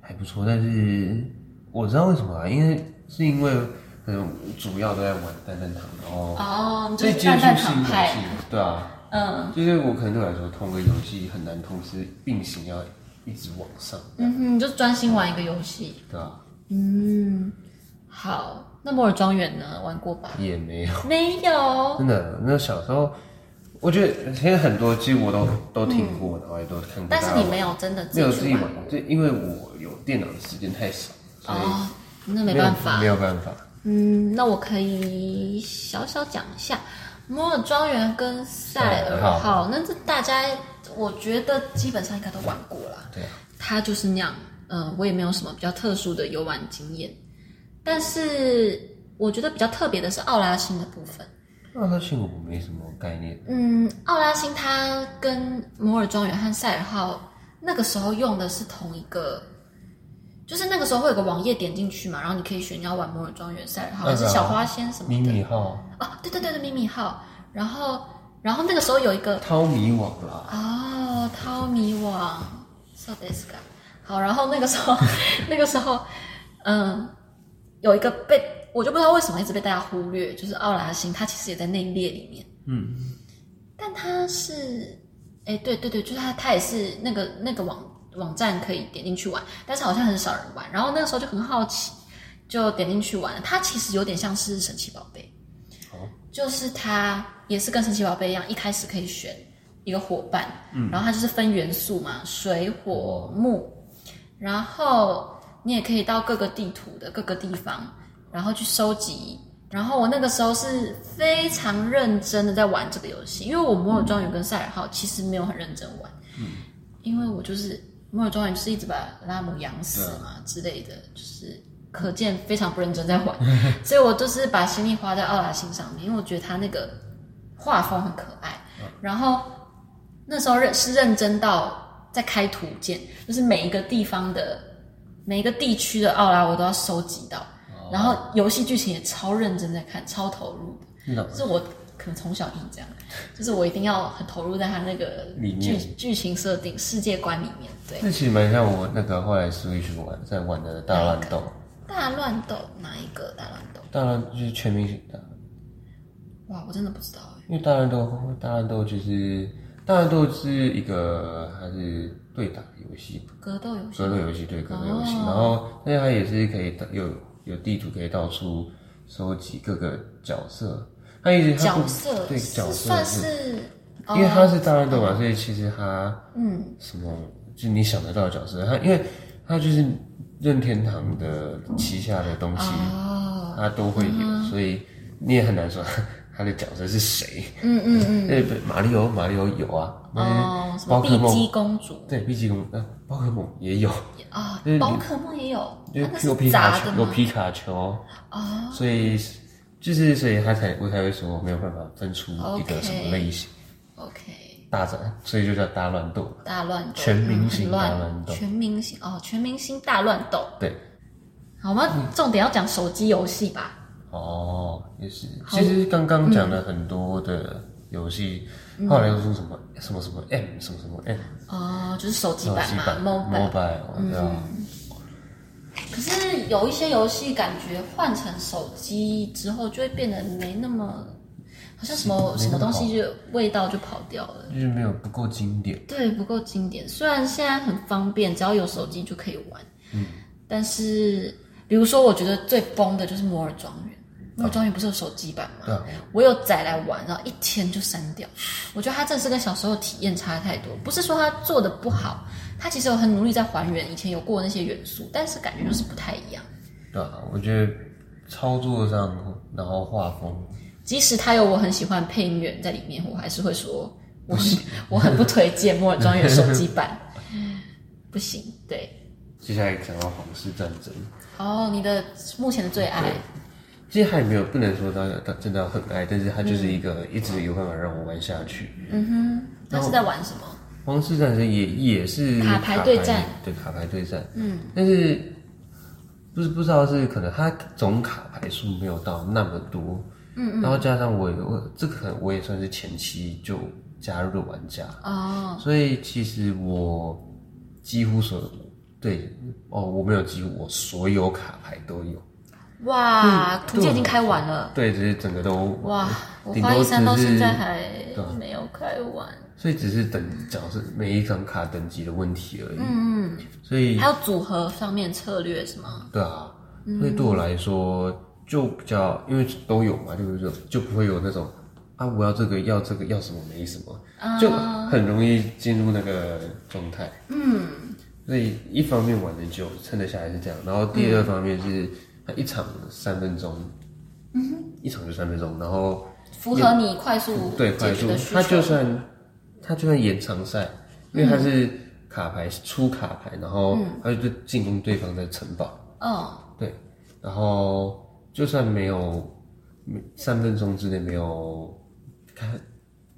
还不错，但是我知道为什么、啊，因为是因为可能主要都在玩蛋蛋糖，然后哦，你就最是接蛋触蛋新糖游派戏，，对啊，嗯就是我可能对我来说，通个游戏很难同时并行，要一直往上，嗯哼，你就专心玩一个游戏。对啊，嗯，好，那摩尔庄园呢？玩过吧？也没有。没有。真的，那小时候，我觉得现在很多其实我都都听过，然后也都看过。嗯但是你没有真的没有自自己己去玩玩，就因为我有电脑的时间太少，所以哦，那没没有办法没。有办法。嗯，那我可以小小讲一下《摩尔庄园》跟《塞尔塞尔号》，那这大家我觉得基本上应该都玩过啦。对啊，它就是那样，呃，我也没有什么比较特殊的游玩经验，但是我觉得比较特别的是奥拉星的部分。那他信我没什么概念，嗯，奥拉星它跟摩尔庄园和塞尔号那个时候用的是同一个，就是那个时候会有个网页点进去嘛，然后你可以选你要玩摩尔庄园、塞尔号还是小花仙什么迷的。你号、啊哦，对对对对，秘密号。然后，然后那个时候有一个淘米网啦，哦，淘米网 s o d e s k 好，然后那个时候，那个时候，嗯，有一个被我就不知道为什么一直被大家忽略，就是奥拉星，它其实也在那一列里面。嗯，但它是，哎，对对对，就是它，它也是那个那个网网站可以点进去玩，但是好像很少人玩。然后那个时候就很好奇，就点进去玩了。它其实有点像是神奇宝贝，哦就是它也是跟神奇宝贝一样，一开始可以选一个伙伴，然后它就是分元素嘛，水、火、木，然后你也可以到各个地图的各个地方，然后去收集。然后我那个时候是非常认真的在玩这个游戏，因为我摩尔庄园跟塞尔号其实没有很认真玩，因为我就是摩尔庄园就是一直把拉姆养死嘛之类的，就是可见非常不认真在玩， 所以我就是把心力花在奥拉星上面，因为我觉得他那个画风很可爱，然后那时候认是认真到再开图鉴，就是每一个地方的每一个地区的奥拉我都要收集到，哦然后游戏剧情也超认真在看，超投入的。你懂吗？就是我可能从小就是这样，就是我一定要很投入在他那个里剧面剧情设定、世界观里面。对，那其实蛮像我那个后来 Switch 玩在玩的大乱斗，大乱斗哪一个大乱斗？大乱就是全明星大，哇，我真的不知道哎。因为大乱斗大乱斗就是大乱斗是一个还是对打游戏，格斗游戏格斗游戏对格斗游戏，哦然后但是它也是可以有有地图可以到处收集各个角色，它一直它不角色对是角色算是哦因为他是大乱斗嗯嘛，所以其实他嗯什么就你想得到的角色，他因为他就是任天堂的旗下的东西，哦，他都会有，所以你也很难说 他的角色是谁。嗯嗯嗯，对，马里奥马里奥有啊，哦，什宝么可碧梦姬公主对碧姬公呃宝可梦也有，啊就是，你宝可梦也有，因为那有是皮卡杂的丘有吗？皮卡丘，啊，所以就是所以他才我才会说没有办法分出一个 OK 什么类型 OK，大战，所以就叫大乱斗。大乱斗，全明星嗯很大乱乱，斗全明星哦，全明星大乱斗。对，好，我嗯们重点要讲手机游戏吧。哦，也是。其实刚刚讲了很多的游戏，后来又说什么什么什么 M 什么什么 M 哦，就是手机手版机嘛版，mobile。 mobile，对啊，可是有一些游戏感觉换成手机之后，就会变得没那么，好像什么没什那么么东西就味道就跑掉了。就是没有不够经典。对，不够经典。虽然现在很方便，只要有手机就可以玩。嗯，但是比如说，我觉得最崩的就是摩尔庄园。摩尔庄园不是有手机版吗？对啊我有载来玩，然后一天就删掉。我觉得它真的是跟小时候体验差太多。不是说它做的不好，它其实有很努力在还原以前有过的那些元素，但是感觉就是不太一样。对啊，我觉得操作上，然后画风，即使它有我很喜欢的配音员在里面，我还是会说，我是我很不推荐摩尔庄园手机版，不行。对，接下来讲到皇室战争，哦，你的目前的最爱，其实还没有不能说他他真的很爱，但是他就是一个一直有办法让我玩下去。嗯哼，他是在玩什么？皇室战争也也是卡牌对战，对卡牌对战，嗯，但是不是不知道是可能它总卡牌数没有到那么多，嗯然后加上我也我这个可能我也算是前期就加入的玩家，哦，所以其实我几乎所有对哦我没有几乎我所有卡牌都有，哇，图鉴已经开完了，嗯对，只是整个都哇，我顶花多一只山到现在是。啊还没有开完，所以只是等角色每一张卡等级的问题而已，嗯，所以还有组合上面策略是吗？对啊，所以对我来说就比较，因为都有嘛，就是说就不会有那种啊，我要这个要这个要什么没什么，就很容易进入那个状态。嗯，所以一方面玩的久，撑得下来是这样，然后第二方面是它一场三分钟，嗯，一场就三分钟，然后符合你快速对解快决速的，需它就求，算它就算延长赛，因为它是卡牌出卡牌，然后它就进攻对方的城堡。嗯，对，然后就算没有没三分钟之内没有看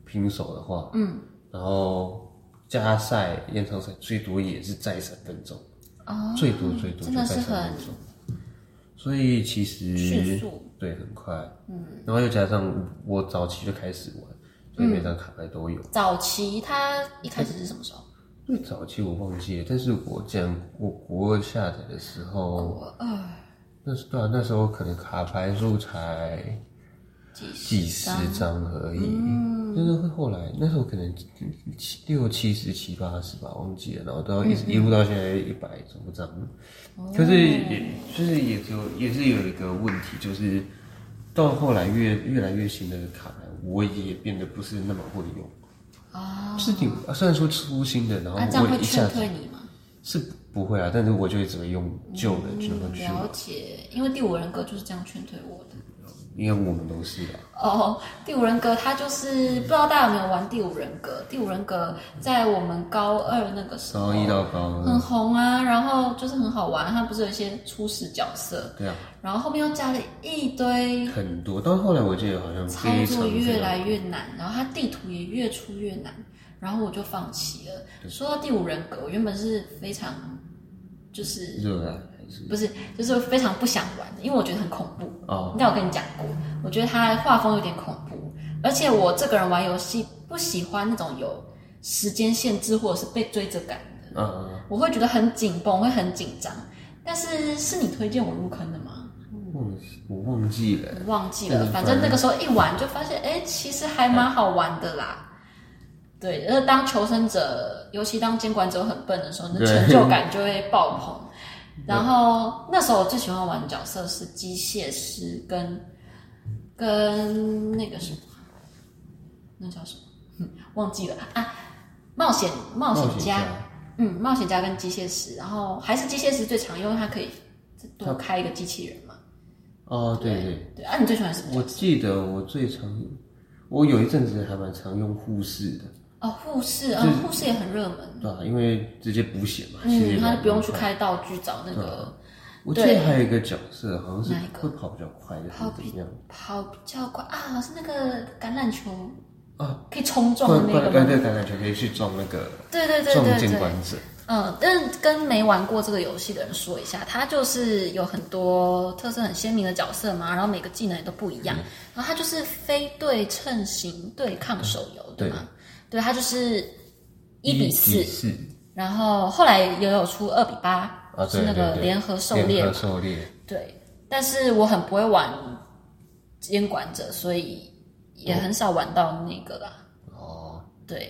平手的话，嗯，然后加赛延长赛最多也是再三分钟，哦，最多最多就真的再是三分很钟，所以其实迅速，对很快，嗯，然后又加上我早期就开始玩，所嗯以每张卡牌都有。早期它一开始是什么时候？最早期我忘记了，但是我竟然我国二下载的时候，我二那是对啊，那时候可能卡牌数才几几十张而已。嗯但是会后来那时候可能七六七十七八十吧，忘记了，然后到嗯一直一路到现在一百多张。哦可是也就是也只有也是有一个问题，就是到后来越越来越新的卡牌，我也变得不是那么会用。啊，是挺虽然说出新的，然后那啊这样我会一下劝子退你吗？嗯是不会啊，但是我就只会用旧的，只能够去，了解，因为第五人格就是这样劝退我的。因为我们都是啊。哦，第五人格它就是不知道大家有没有玩第五人格？第五人格在我们高二那个时候高一到高二，很红啊，然后就是很好玩，它不是有一些初始角色，对啊，然后后面又加了一堆很多。到后来我记得好像操非常作非越常来越难，然后它地图也越出越难，然后我就放弃了。说到第五人格，我原本是非常就是热爱还是不是就是非常不想玩的，因为我觉得很恐怖。哦应该我跟你讲过，我觉得他的画风有点恐怖，而且我这个人玩游戏不喜欢那种有时间限制或者是被追着赶的，嗯嗯嗯我会觉得很紧绷，会很紧张。但是是你推荐我入坑的吗？忘记我忘记了，我忘记嗯了，反正那个时候一玩就发现，哎、其实还蛮好玩的啦。对，而且当求生者，尤其当监管者很笨的时候，你的对成就感就会爆 棚。然后那时候我最喜欢玩的角色是机械师跟跟那个什么，啊那叫什么？ 哼忘记了啊！冒险冒险家，嗯，冒险家跟机械师，然后还是机械师最常用，因为它可以多开一个机器人嘛。哦，对对，对啊，你最喜欢什么？我记得我最常，我有一阵子还蛮常用护士的，哦，护士，嗯，护士也很热门，对吧、因为直接补血嘛，其实嗯，他蛮就不用去。开道具找那个我记得还有一个角色好像是哪一个会跑比较快的，还跑是怎么样？跑比较快啊，是那个橄榄球啊，可以冲撞快的快那对个对，吗？橄榄球可以去撞那个对对对撞对监对，管者，嗯，但是跟没玩过这个游戏的人说一下，它就是有很多特色很鲜明的角色嘛，然后每个技能也都不一嗯样，然后它就是非对称型对抗手游，对吗？对，它就是一比四，四然后后来也有出二比八啊，，是对那对个对，联合狩猎联合狩猎，对，但是我很不会玩监管者，所以也很少玩到那个啦。哦，对，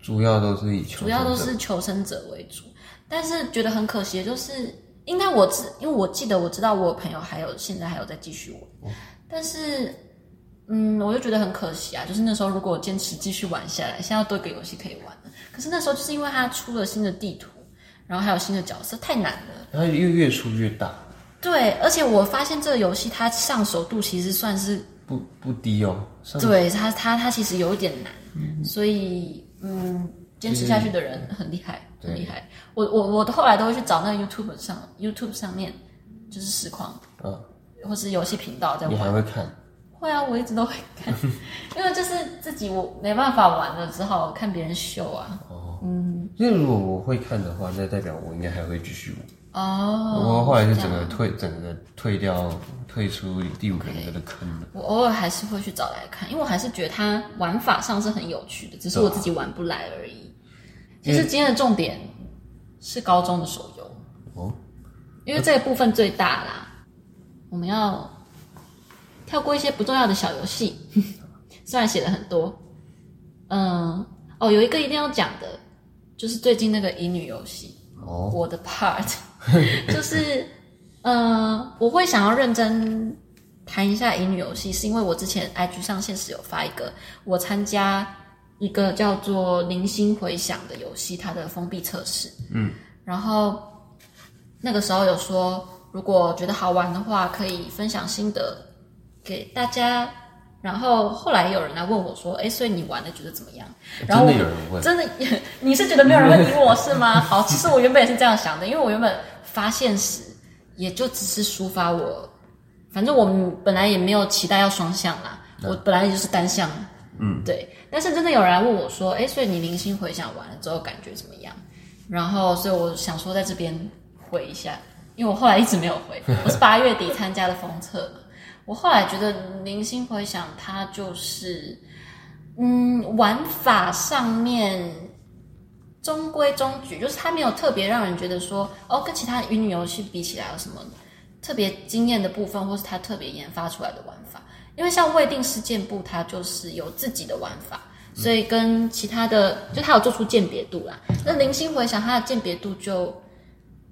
主要都是以求主要都生者是求生者为主，但是觉得很可惜，的就是应该我知，因为我记得我知道我有朋友还有现在还有在继续哦玩，但是。嗯，我就觉得很可惜啊，就是那时候如果我坚持继续玩下来，现在要多一个游戏可以玩了。可是那时候就是因为它出了新的地图，然后还有新的角色，太难了。它越越出越大，对，而且我发现这个游戏它上手度其实算是不不低哦，上对他，他他其实有一点难，所以嗯，坚持下去的人很厉害，很厉害。我我我后来都会去找那个 YouTube 上 YouTube 上面就是实况，嗯，或是游戏频道在你玩。还会看， 会啊，我一直都会看，因为就是自己我没办法玩了，只好看别人秀啊。因为如果我会看的话，那代表我应该还会继续玩。哦，我后来就整这样个退，整个退掉，退出第五个人的坑了。我偶尔还是会去找来看，因为我还是觉得它玩法上是很有趣的，只是我自己玩不来而已。其实今天的重点是高中的手游，哦，因为这个部分最大啦。我们要跳过一些不重要的小游戏， 虽然写了很多。嗯，哦，有一个一定要讲的，就是最近那个乙女游戏。哦，我的 part，就是呃，我会想要认真谈一下乙女游戏，是因为我之前 IG 上现实有发一个我参加一个叫做《零星回响》的游戏，它的封闭测试，嗯，然后那个时候有说，如果觉得好玩的话，可以分享心得给大家。然后后来有人来问我说：“哎，所以你玩的觉得怎么样？”然后真我的有人问，真的，你是觉得没有人会理我是吗？ 好，其实我原本也是这样想的，因为我原本发现时也就只是抒发我，反正我们本来也没有期待要双向啦，我本来也就是单向，嗯，对。但是真的有人来问我说，哎，所以你零星回想完了之后感觉怎么样？然后，所以我想说在这边回一下，因为我后来一直没有回，我是八月底参加的封测嘛。我后来觉得零星回想它就是。嗯，玩法上面中规中矩，就是它没有特别让人觉得说，哦，跟其他乙女游戏比起来有什么特别惊艳的部分，或是它特别研发出来的玩法。因为像未定事件簿，它就是有自己的玩法，所以跟其他的，就它有做出鉴别度啦。那零星回想，它的鉴别度就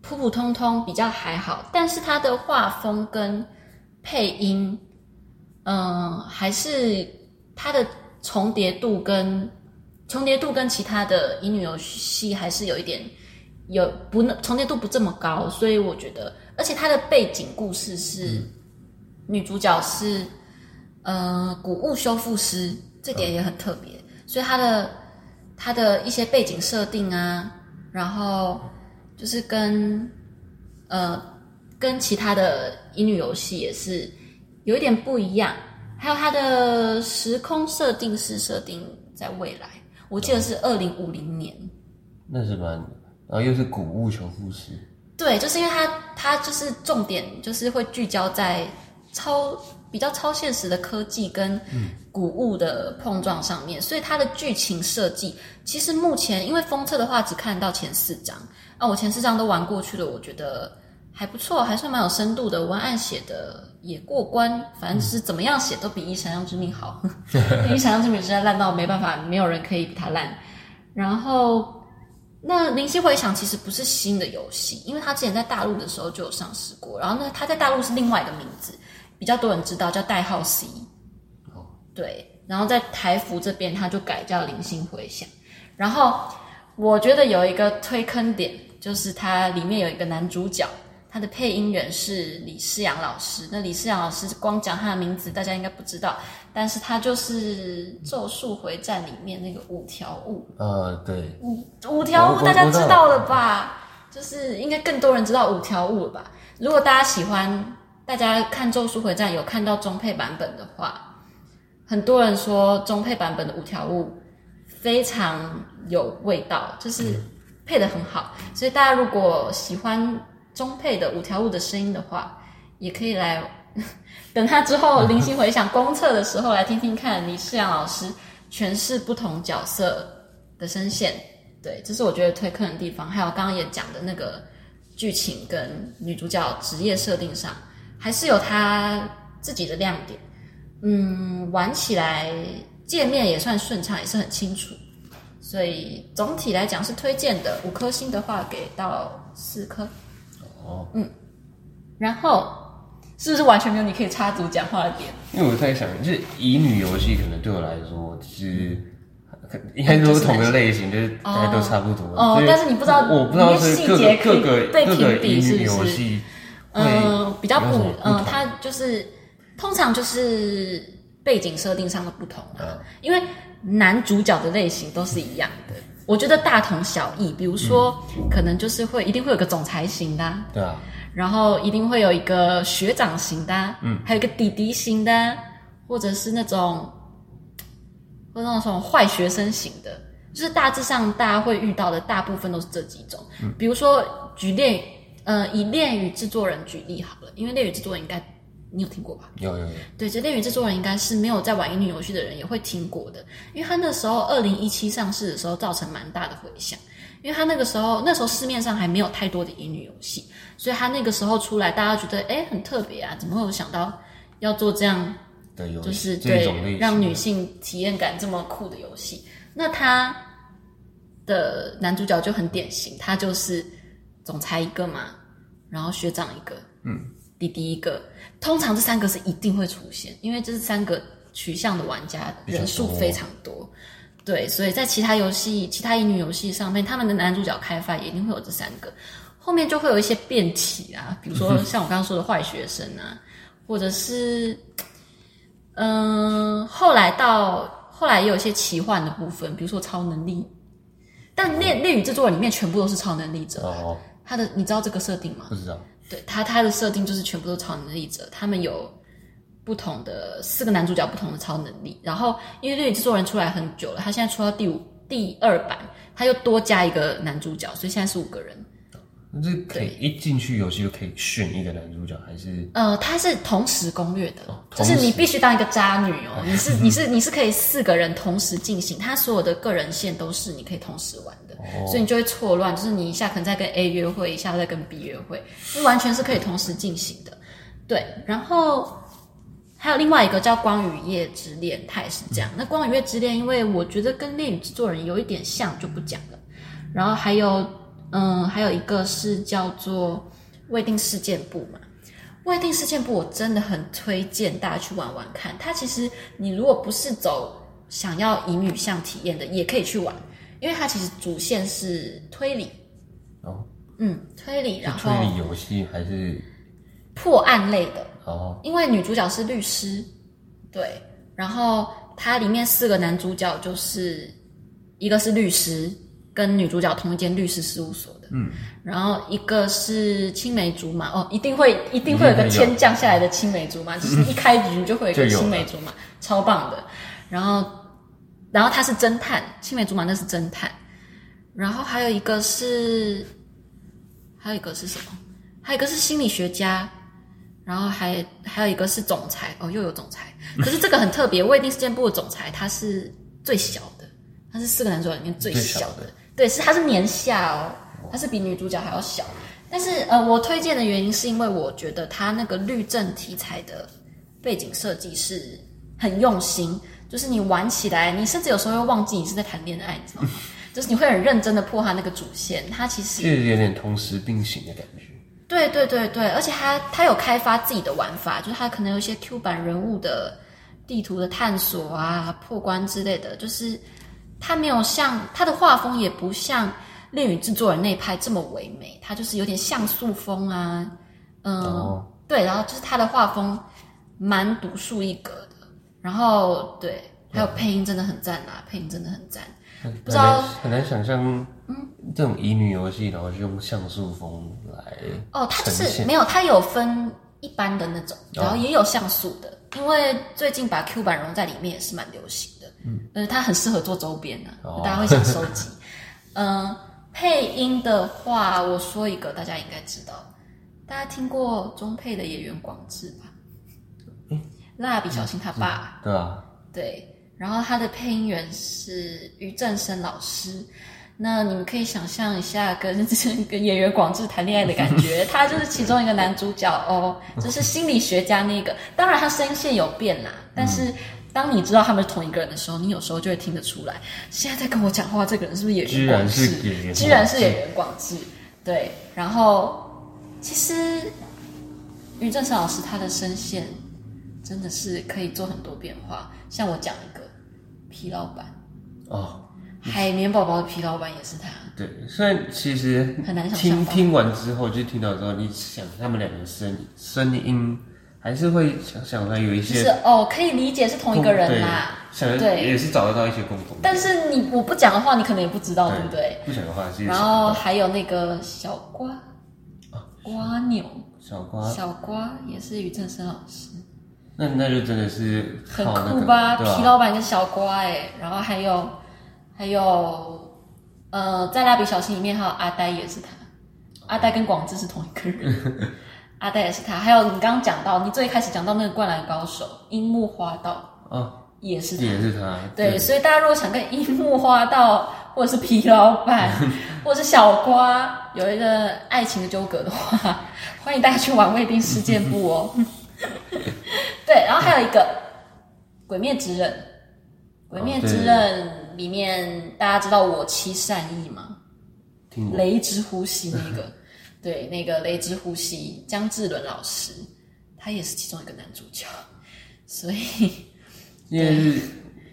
普普通通，比较还好，但是它的画风跟配音，嗯，还是它的重叠度跟重叠度跟其他的乙女游戏还是有一点有不那重叠度不这么高，所以我觉得，而且它的背景故事是、女主角是呃古物修复师，这点也很特别，所以她的她的一些背景设定啊，然后就是跟呃跟其他的乙女游戏也是有一点不一样，还有它的时空设定是设定在未来。我记得是二零五零年。那是蛮，然后又是谷物求富式，对，就是因为它它就是重点就是会聚焦在超比较超现实的科技跟古物的碰撞上面，所以它的剧情设计其实目前因为封测的话只看到前四章啊，我前四章都玩过去了，我觉得还不错，还算蛮有深度的，文案写的也过关，反正就是怎么样写都比《一想象之命》好， 《一想象之命》实在烂到没办法，没有人可以比它烂，然后。那《灵犀回响》其实不是新的游戏，因为它之前在大陆的时候就有上市过。然后呢，它在大陆是另外一个名字，比较多人知道，叫代号 C。哦对，然后在台服这边，它就改叫《灵犀回响》。然后我觉得有一个推坑点，就是它里面有一个男主角，他的配音员是李诗阳老师。那李诗阳老师光讲他的名字，大家应该不知道，但是他就是《咒术回战》里面那个五条悟。呃，对，五五条我悟我大家哦我知知道道了吧？就是应该更多人知道五条悟了吧？如果大家喜欢，大家看《咒术回战》有看到中配版本的话，很多人说中配版本的五条悟非常有味道，就是配的很好。所以大家如果喜欢中配的五条悟的声音的话，也可以来 等他之后零星回想公测的时候来听听看李世阳老师诠释不同角色的声线。对，这是我觉得推坑的地方。还有刚刚也讲的那个剧情跟女主角职业设定上，还是有她自己的亮点。嗯，玩起来界面也算顺畅，也是很清楚。所以总体来讲是推荐的，五颗星的话给到四颗。哦，然后是不是完全没有你可以插足讲话的点？因为我在想，就是乙女游戏可能对我来说是，可应该都是同个类型，就是大家都差不多。哦所以但是你不知道我不知道你的是细各个节可各以个被各个评比乙女是不游是戏会嗯，比较不有什么，嗯，同它就是通常就是背景设定上的不同嗯啊，因为男主角的类型都是一样的，我觉得大同小异。比如说，嗯可能就是会一定会有个总裁型的啊、对啊，然后一定会有一个学长型的、啊，嗯，还有一个弟弟型的啊、或者是那种，或者那种坏学生型的，就是大致上大家会遇到的大部分都是这几种。比如说举恋，呃，以恋与制作人举例好了，因为恋与制作人应该你有听过吧？有有有，对，这恋与制作人应该是没有在玩乙女游戏的人也会听过的，因为他那时候二零一七上市的时候造成蛮大的回响，因为他那个时候那时候市面上还没有太多的乙女游戏，所以他那个时候出来，大家觉得哎很特别啊，怎么会有想到要做这样对有就是这种类对型，让女性体验感这么酷的游戏。那他的男主角就很典型，他就是总裁一个嘛，然后学长一个，嗯，弟弟一个。通常这三个是一定会出现，因为这三个取向的玩家比较人数多非常多。对，所以在其他游戏、其他乙女游戏上面，他们的男主角开发也一定会有这三个，后面就会有一些变体啊，比如 说像我刚刚说的坏学生啊，或者是嗯，后来到后来也有一些奇幻的部分，比如说超能力，但《恋恋与制作人》里面全部都是超能力者。哦，他的你知道这个设定吗？不知道，对他他的设定就是全部都是超能力者，他们有不同的四个男主角不同的超能力。然后因为《恋与制作人》出来很久了，他现在出到第五第二版，他又多加一个男主角，所以现在是五个人。那这可以一进去游戏就可以选一个男主角，还是呃，它是同时攻略的，就哦同是你时必须当一个渣女 哦。你是你是你是可以四个人同时进行，它所有的个人线都是你可以同时玩的，哦所以你就会错乱，就是你一下可能在跟 A 约会，一下在跟 B 约会，就完全是可以同时进行的。对，然后还有另外一个叫《光与夜之恋》，它也是这嗯样。那《光与夜之恋》，因为我觉得跟《恋与制作人》有一点像，就不讲了。然后还有，嗯，还有一个是叫做《未定事件簿》嘛，《未定事件簿》我真的很推荐大家去玩玩看。它其实你如果不是走想要以女向体验的，也可以去玩，因为它其实主线是推理，哦嗯，推理，是然后推理游戏还是破案类的，哦因为女主角是律师，对，然后它里面四个男主角就是一个是律师，跟女主角同一间律师事务所的，嗯，然后一个是青梅竹马，哦，一定会一定会有个一定会有天降下来的 青梅竹马，就是一开局就会有一个就有了青梅竹马，超棒的。然后然后他是侦探，青梅竹马那是侦探，然后还有一个是，还有一个是什么？还有一个是心理学家，然后还还有一个是总裁，哦，又有总裁。可是这个很特别，未定事件部的总裁他是最小的，他是四个男主角里面最小的，最小的对，是他是年下哦，他是比女主角还要小。但是呃，我推荐的原因是因为我觉得他那个律政题材的背景设计是很用心，就是你玩起来，你甚至有时候会忘记你是在谈恋爱，你 知道吗？就是你会很认真的破他那个主线，他其实就是有点同时并行的感觉。对对对对，而且他他有开发自己的玩法，就是他可能有一些 Q 版人物的地图的探索啊、破关之类的，就是他没有像他的画风也不像《恋与制作人》那一派这么唯美，他就是有点像素风啊，嗯，哦对，然后就是他的画风蛮独树一格的，然后对，还有配音真的很赞啊，配音真的很赞。很不知道嗯难很难想象，这种乙女游戏，然后就用像素风来哦，它就呈是现哦没有，它有分一般的那种，然后也有像素的，因为最近把 Q 版融在里面也是蛮流行的，嗯，呃，它很适合做周边啊，哦大家会想收集。 嗯、配音的话，我说一个大家应该知道，大家听过中配的演员广志吧？蜡笔小新他爸。对吧？对，然后他的配音员是于正生老师。那你们可以想象一下跟跟演员广志谈恋爱的感觉，他就是其中一个男主角哦，就是心理学家那个。当然他声线有变啦，但是当你知道他们是同一个人的时候，你有时候就会听得出来，现在在跟我讲话这个人是不是演员居广然志？是演员广居然是志演员广志，对。然后其实于正生老师他的声线真的是可以做很多变化。像我讲一个皮老板，哦，海绵宝宝的皮老板也是他。对，虽然其实很难想象听吧听完之后，就听到之后，你想他们两个声声音，还是会想想出来有一就些哦是哦，可以理解是同一个人啦，对想对也是找得到一些共同点，但是你我不讲的话，你可能也不知道，对不对？？不想的话是然后还有那个小瓜，瓜牛，小瓜，小瓜也是于正生老师，那那就真的是很靠那酷个吧？对吧？皮老板跟小瓜哎、然后还有还有呃，在蜡笔小新里面还有阿呆也是他，阿呆跟广志是同一个人， 阿呆也是他。还有你刚刚讲到，你最开始讲到那个灌篮高手樱木花道啊，也是他，也是他，对，所以大家如果想跟樱木花道或者是皮老板或者是小瓜有一个爱情的纠葛的话，欢迎大家去玩未定事件簿哦。对，然后还有一个《鬼灭之刃》，《鬼灭之刃》里面大家知道我妻善逸吗？听过雷之呼吸那个，对，那个雷之呼吸，江志伦老师，他也是其中一个男主角，所以。应该是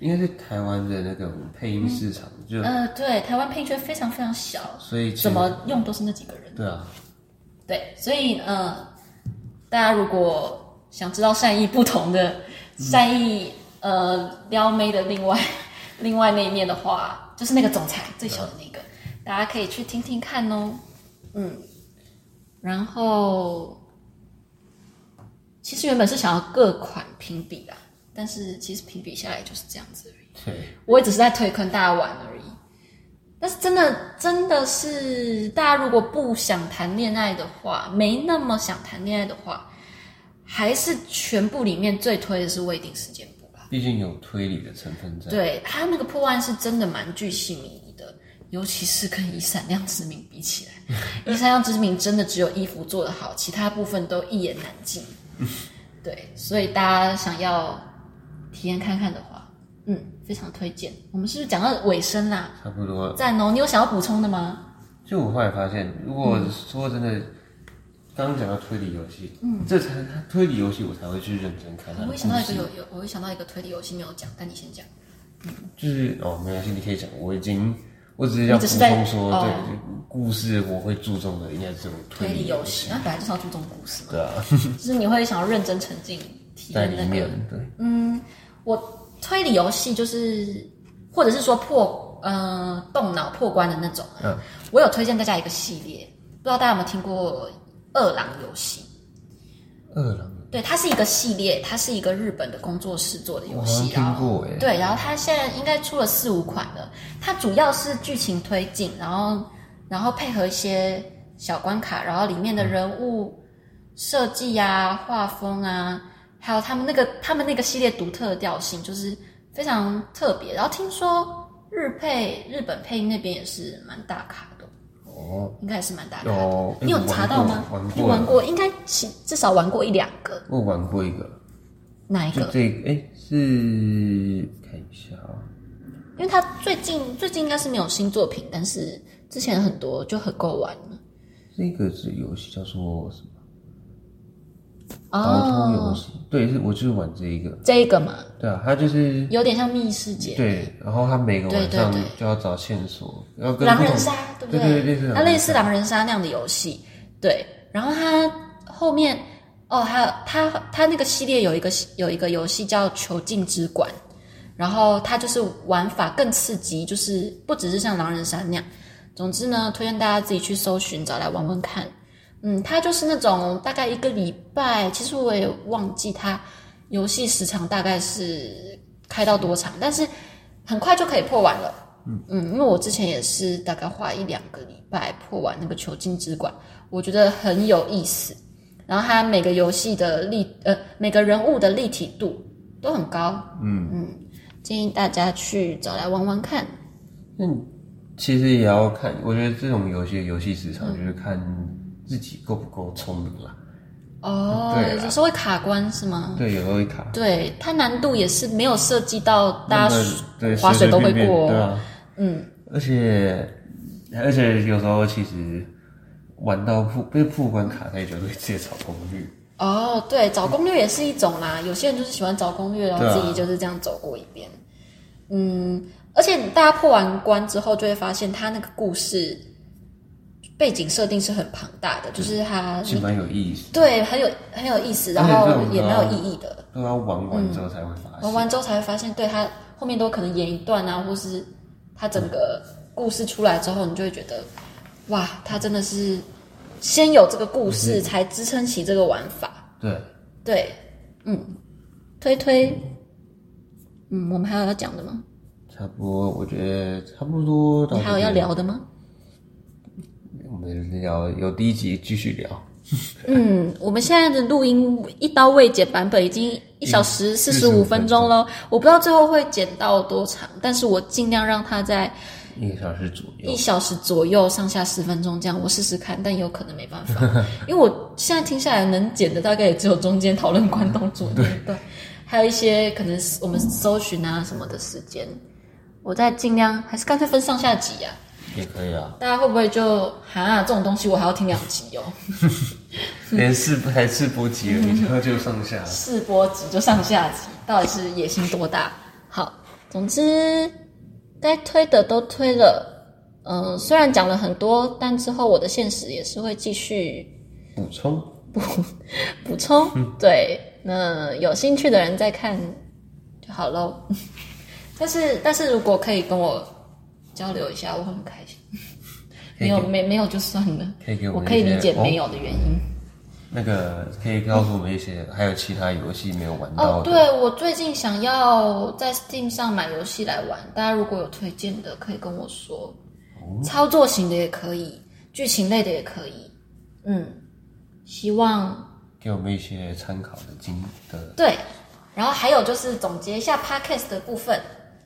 应该是台湾的那种配音市场，就呃，对，台湾配圈非常非常小，所以其怎么用都是那几个人。对啊，对，所以呃，大家如果想知道善意不同的善意、呃撩妹的另外 另外那一面的话，就是那个总裁最小的那个，大家可以去听听看哦。嗯，然后其实原本是想要各款评比啦，但是其实评比下来就是这样子而已。对，我也只是在推坑大家玩而已。但是真的真的是，大家如果不想谈恋爱的话，没那么想谈恋爱的话，还是全部里面最推的是未定时间簿吧。毕竟有推理的成分在。对，他那个破案是真的蛮具细迷遗的，尤其是跟以闪亮之名比起 来，以闪亮之名真的只有衣服做得好，其他部分都一言难尽。对，所以大家想要体验看看的话，嗯，非常推荐。我们是不是讲到尾声啦？差不多，赞哦！你有想要补充的吗？就我后来发现，如果嗯说真的，刚刚讲到推理游戏，嗯，这才推理游戏我才会去认真看我它的故会事想到一个有有，我会想到一个推理游戏没有讲，但你先讲。就是哦，没关系，你可以讲，我已经，我只是要你补只是在充说，哦对，就故事我会注重的应该只有推推理理游戏，那本来就是要注重故事嘛，对啊，就是你会想要认真沉浸体在验里那个面，对，我推理游戏就是，或者是说破呃动脑破关的那种。嗯，我有推荐大家一个系列，不知道大家有没有听过《饿狼游戏》？饿狼对，它是一个系列，它是一个日本的工作室做的游我好像戏，听然后过哎对，然后它现在应该出了四五款了。它主要是剧情推进，然后然后配合一些小关卡，然后里面的嗯人物设计啊、画风啊，还有他们那个他们那个系列独特的调性，就是非常特别。然后听说日配日本配音那边也是蛮大咖的，哦，应该也是蛮大咖的。有哎你有查到吗？玩你过，玩，过，应该起至少玩过一两个，我有玩过一个，哪一就个？这个，哎、是看一下啊，因为他最近最近应该是没有新作品，但是之前很多就很够玩了。这个是游戏叫做什么？逃脱游戏，对，是我就是玩这一个，哦这一个嘛，对啊，它就是有点像密室解，对，然后他每个晚上对对对就要找线索，要跟狼不同人杀，对不对对对，是它类似狼人杀那样的游戏，对。然后它后面哦，还有它它那个系列有一个有一个游戏叫《囚禁之馆》，然后它就是玩法更刺激，就是不只是像狼人杀那样。总之呢，推荐大家自己去搜寻找来玩玩看。嗯，它就是那种大概一个礼拜，其实我也忘记它游戏时长大概是开到多长，但是很快就可以破完了。嗯，因为我之前也是大概花一两个礼拜破完那个囚禁之馆，我觉得很有意思。然后它每个游戏的立呃每个人物的立体度都很高，嗯嗯，建议大家去找来玩玩看。那你其实也要看，我觉得这种游戏的游戏时嗯长就是看自己够不够聪明啦。哦对，啊啦有时候会卡关是吗？对，有时候会卡。对，它难度也是没有涉及到大家那么对划水都会随随便过便哦，对啊。嗯，而且而且有时候其实玩到破被破关卡太久，就会直接找攻略。哦，对，找攻略也是一种啦。有些人就是喜欢找攻略，然后对啊自己就是这样走过一遍。嗯，而且大家破完关之后，就会发现他那个故事背景设定是很庞大嗯的，就是他其实蛮有意思，对很有很有意思，然而且这后种啊的也蛮有意义的。都要玩完之后才会发现。玩完之后才会发现，对他后面都可能演一段啊，或是他整个故事出来之后，你就会觉得，哇，他真的是先有这个故嗯事，才支撑起这个玩法。对，对，嗯，推推，嗯，我们还有要讲的吗？差不多，我觉得差不多到你这边。还有要聊的吗？我们聊有第一集继续聊，嗯，我们现在的录音一刀未剪版本已经一小时四十五分钟喽，我不知道最后会剪到多长，但是我尽量让它在一个小时左右一。小时左右，上下十分钟这样，我试试看，但有可能没办 法，因为我现在听下来能剪的大概也只有中间讨论关东 煮那一段，还有一些可能是我们搜寻啊什么的时间，我再尽量，还是干脆分上下集啊，也可以啊，大家会不会就哈这种东西我还要听两集哦，连试还试播集了，你知道就上下。试播集就上下集，到底是野心多大？好，总之该推的都推了。嗯，虽然讲了很多，但之后我的现实也是会继续补充，补充。对，那有兴趣的人再看就好喽。 但是，但是如果可以跟我交流一下，我会很开心。可没以有，给没没有就算了。可以给我我们可以一些理解哦没有的原因。那个可以告诉我们一些，还有其他游戏没有玩哦到，的，对，我最近想要在 Steam 上买游戏来玩，大家如果有推荐的，可以跟我说。哦操作型的也可以，剧情类的也可以。嗯，希望给我们一些参考的经的。对，然后还有就是总结一下 podcast 的部分，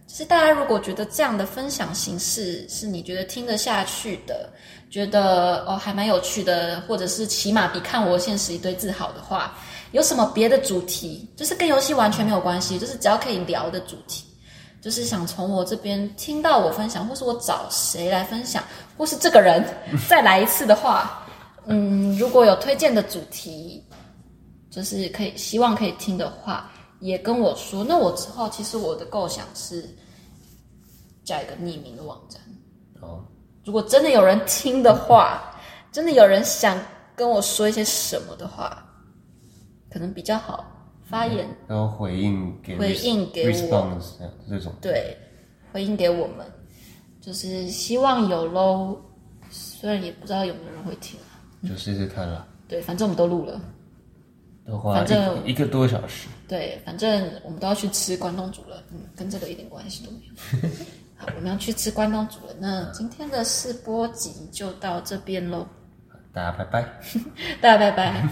就是大家如果觉得这样的分享形式是你觉得听得下去的，觉得哦还蛮有趣的，或者是起码比看我现实一堆字好的话，有什么别的主题，就是跟游戏完全没有关系，就是只要可以聊的主题。就是想从我这边听到我分享，或是我找谁来分享，或是这个 人再来一次的话，嗯，如果有推荐的主题，就是可以希望可以听的话，也跟我说。那我之后其实我的构想是加一个匿名的网站。哦，如果真的有人听的话，真的有人想跟我说一些什么的话，可能比较好发言。然后回应嗯给回应给我 response 这样这种，对，回应给我们，就是希望有喽。虽然也不知道有没有人会听啊，就试试看啦。对，反正我们都录了。都花反正一一个多小时。对，反正我们都要去吃关东煮了，嗯，跟这个一点关系都没有。好，我们要去吃关东煮了。那今天的试播集就到这边喽，大家拜拜。大家拜拜。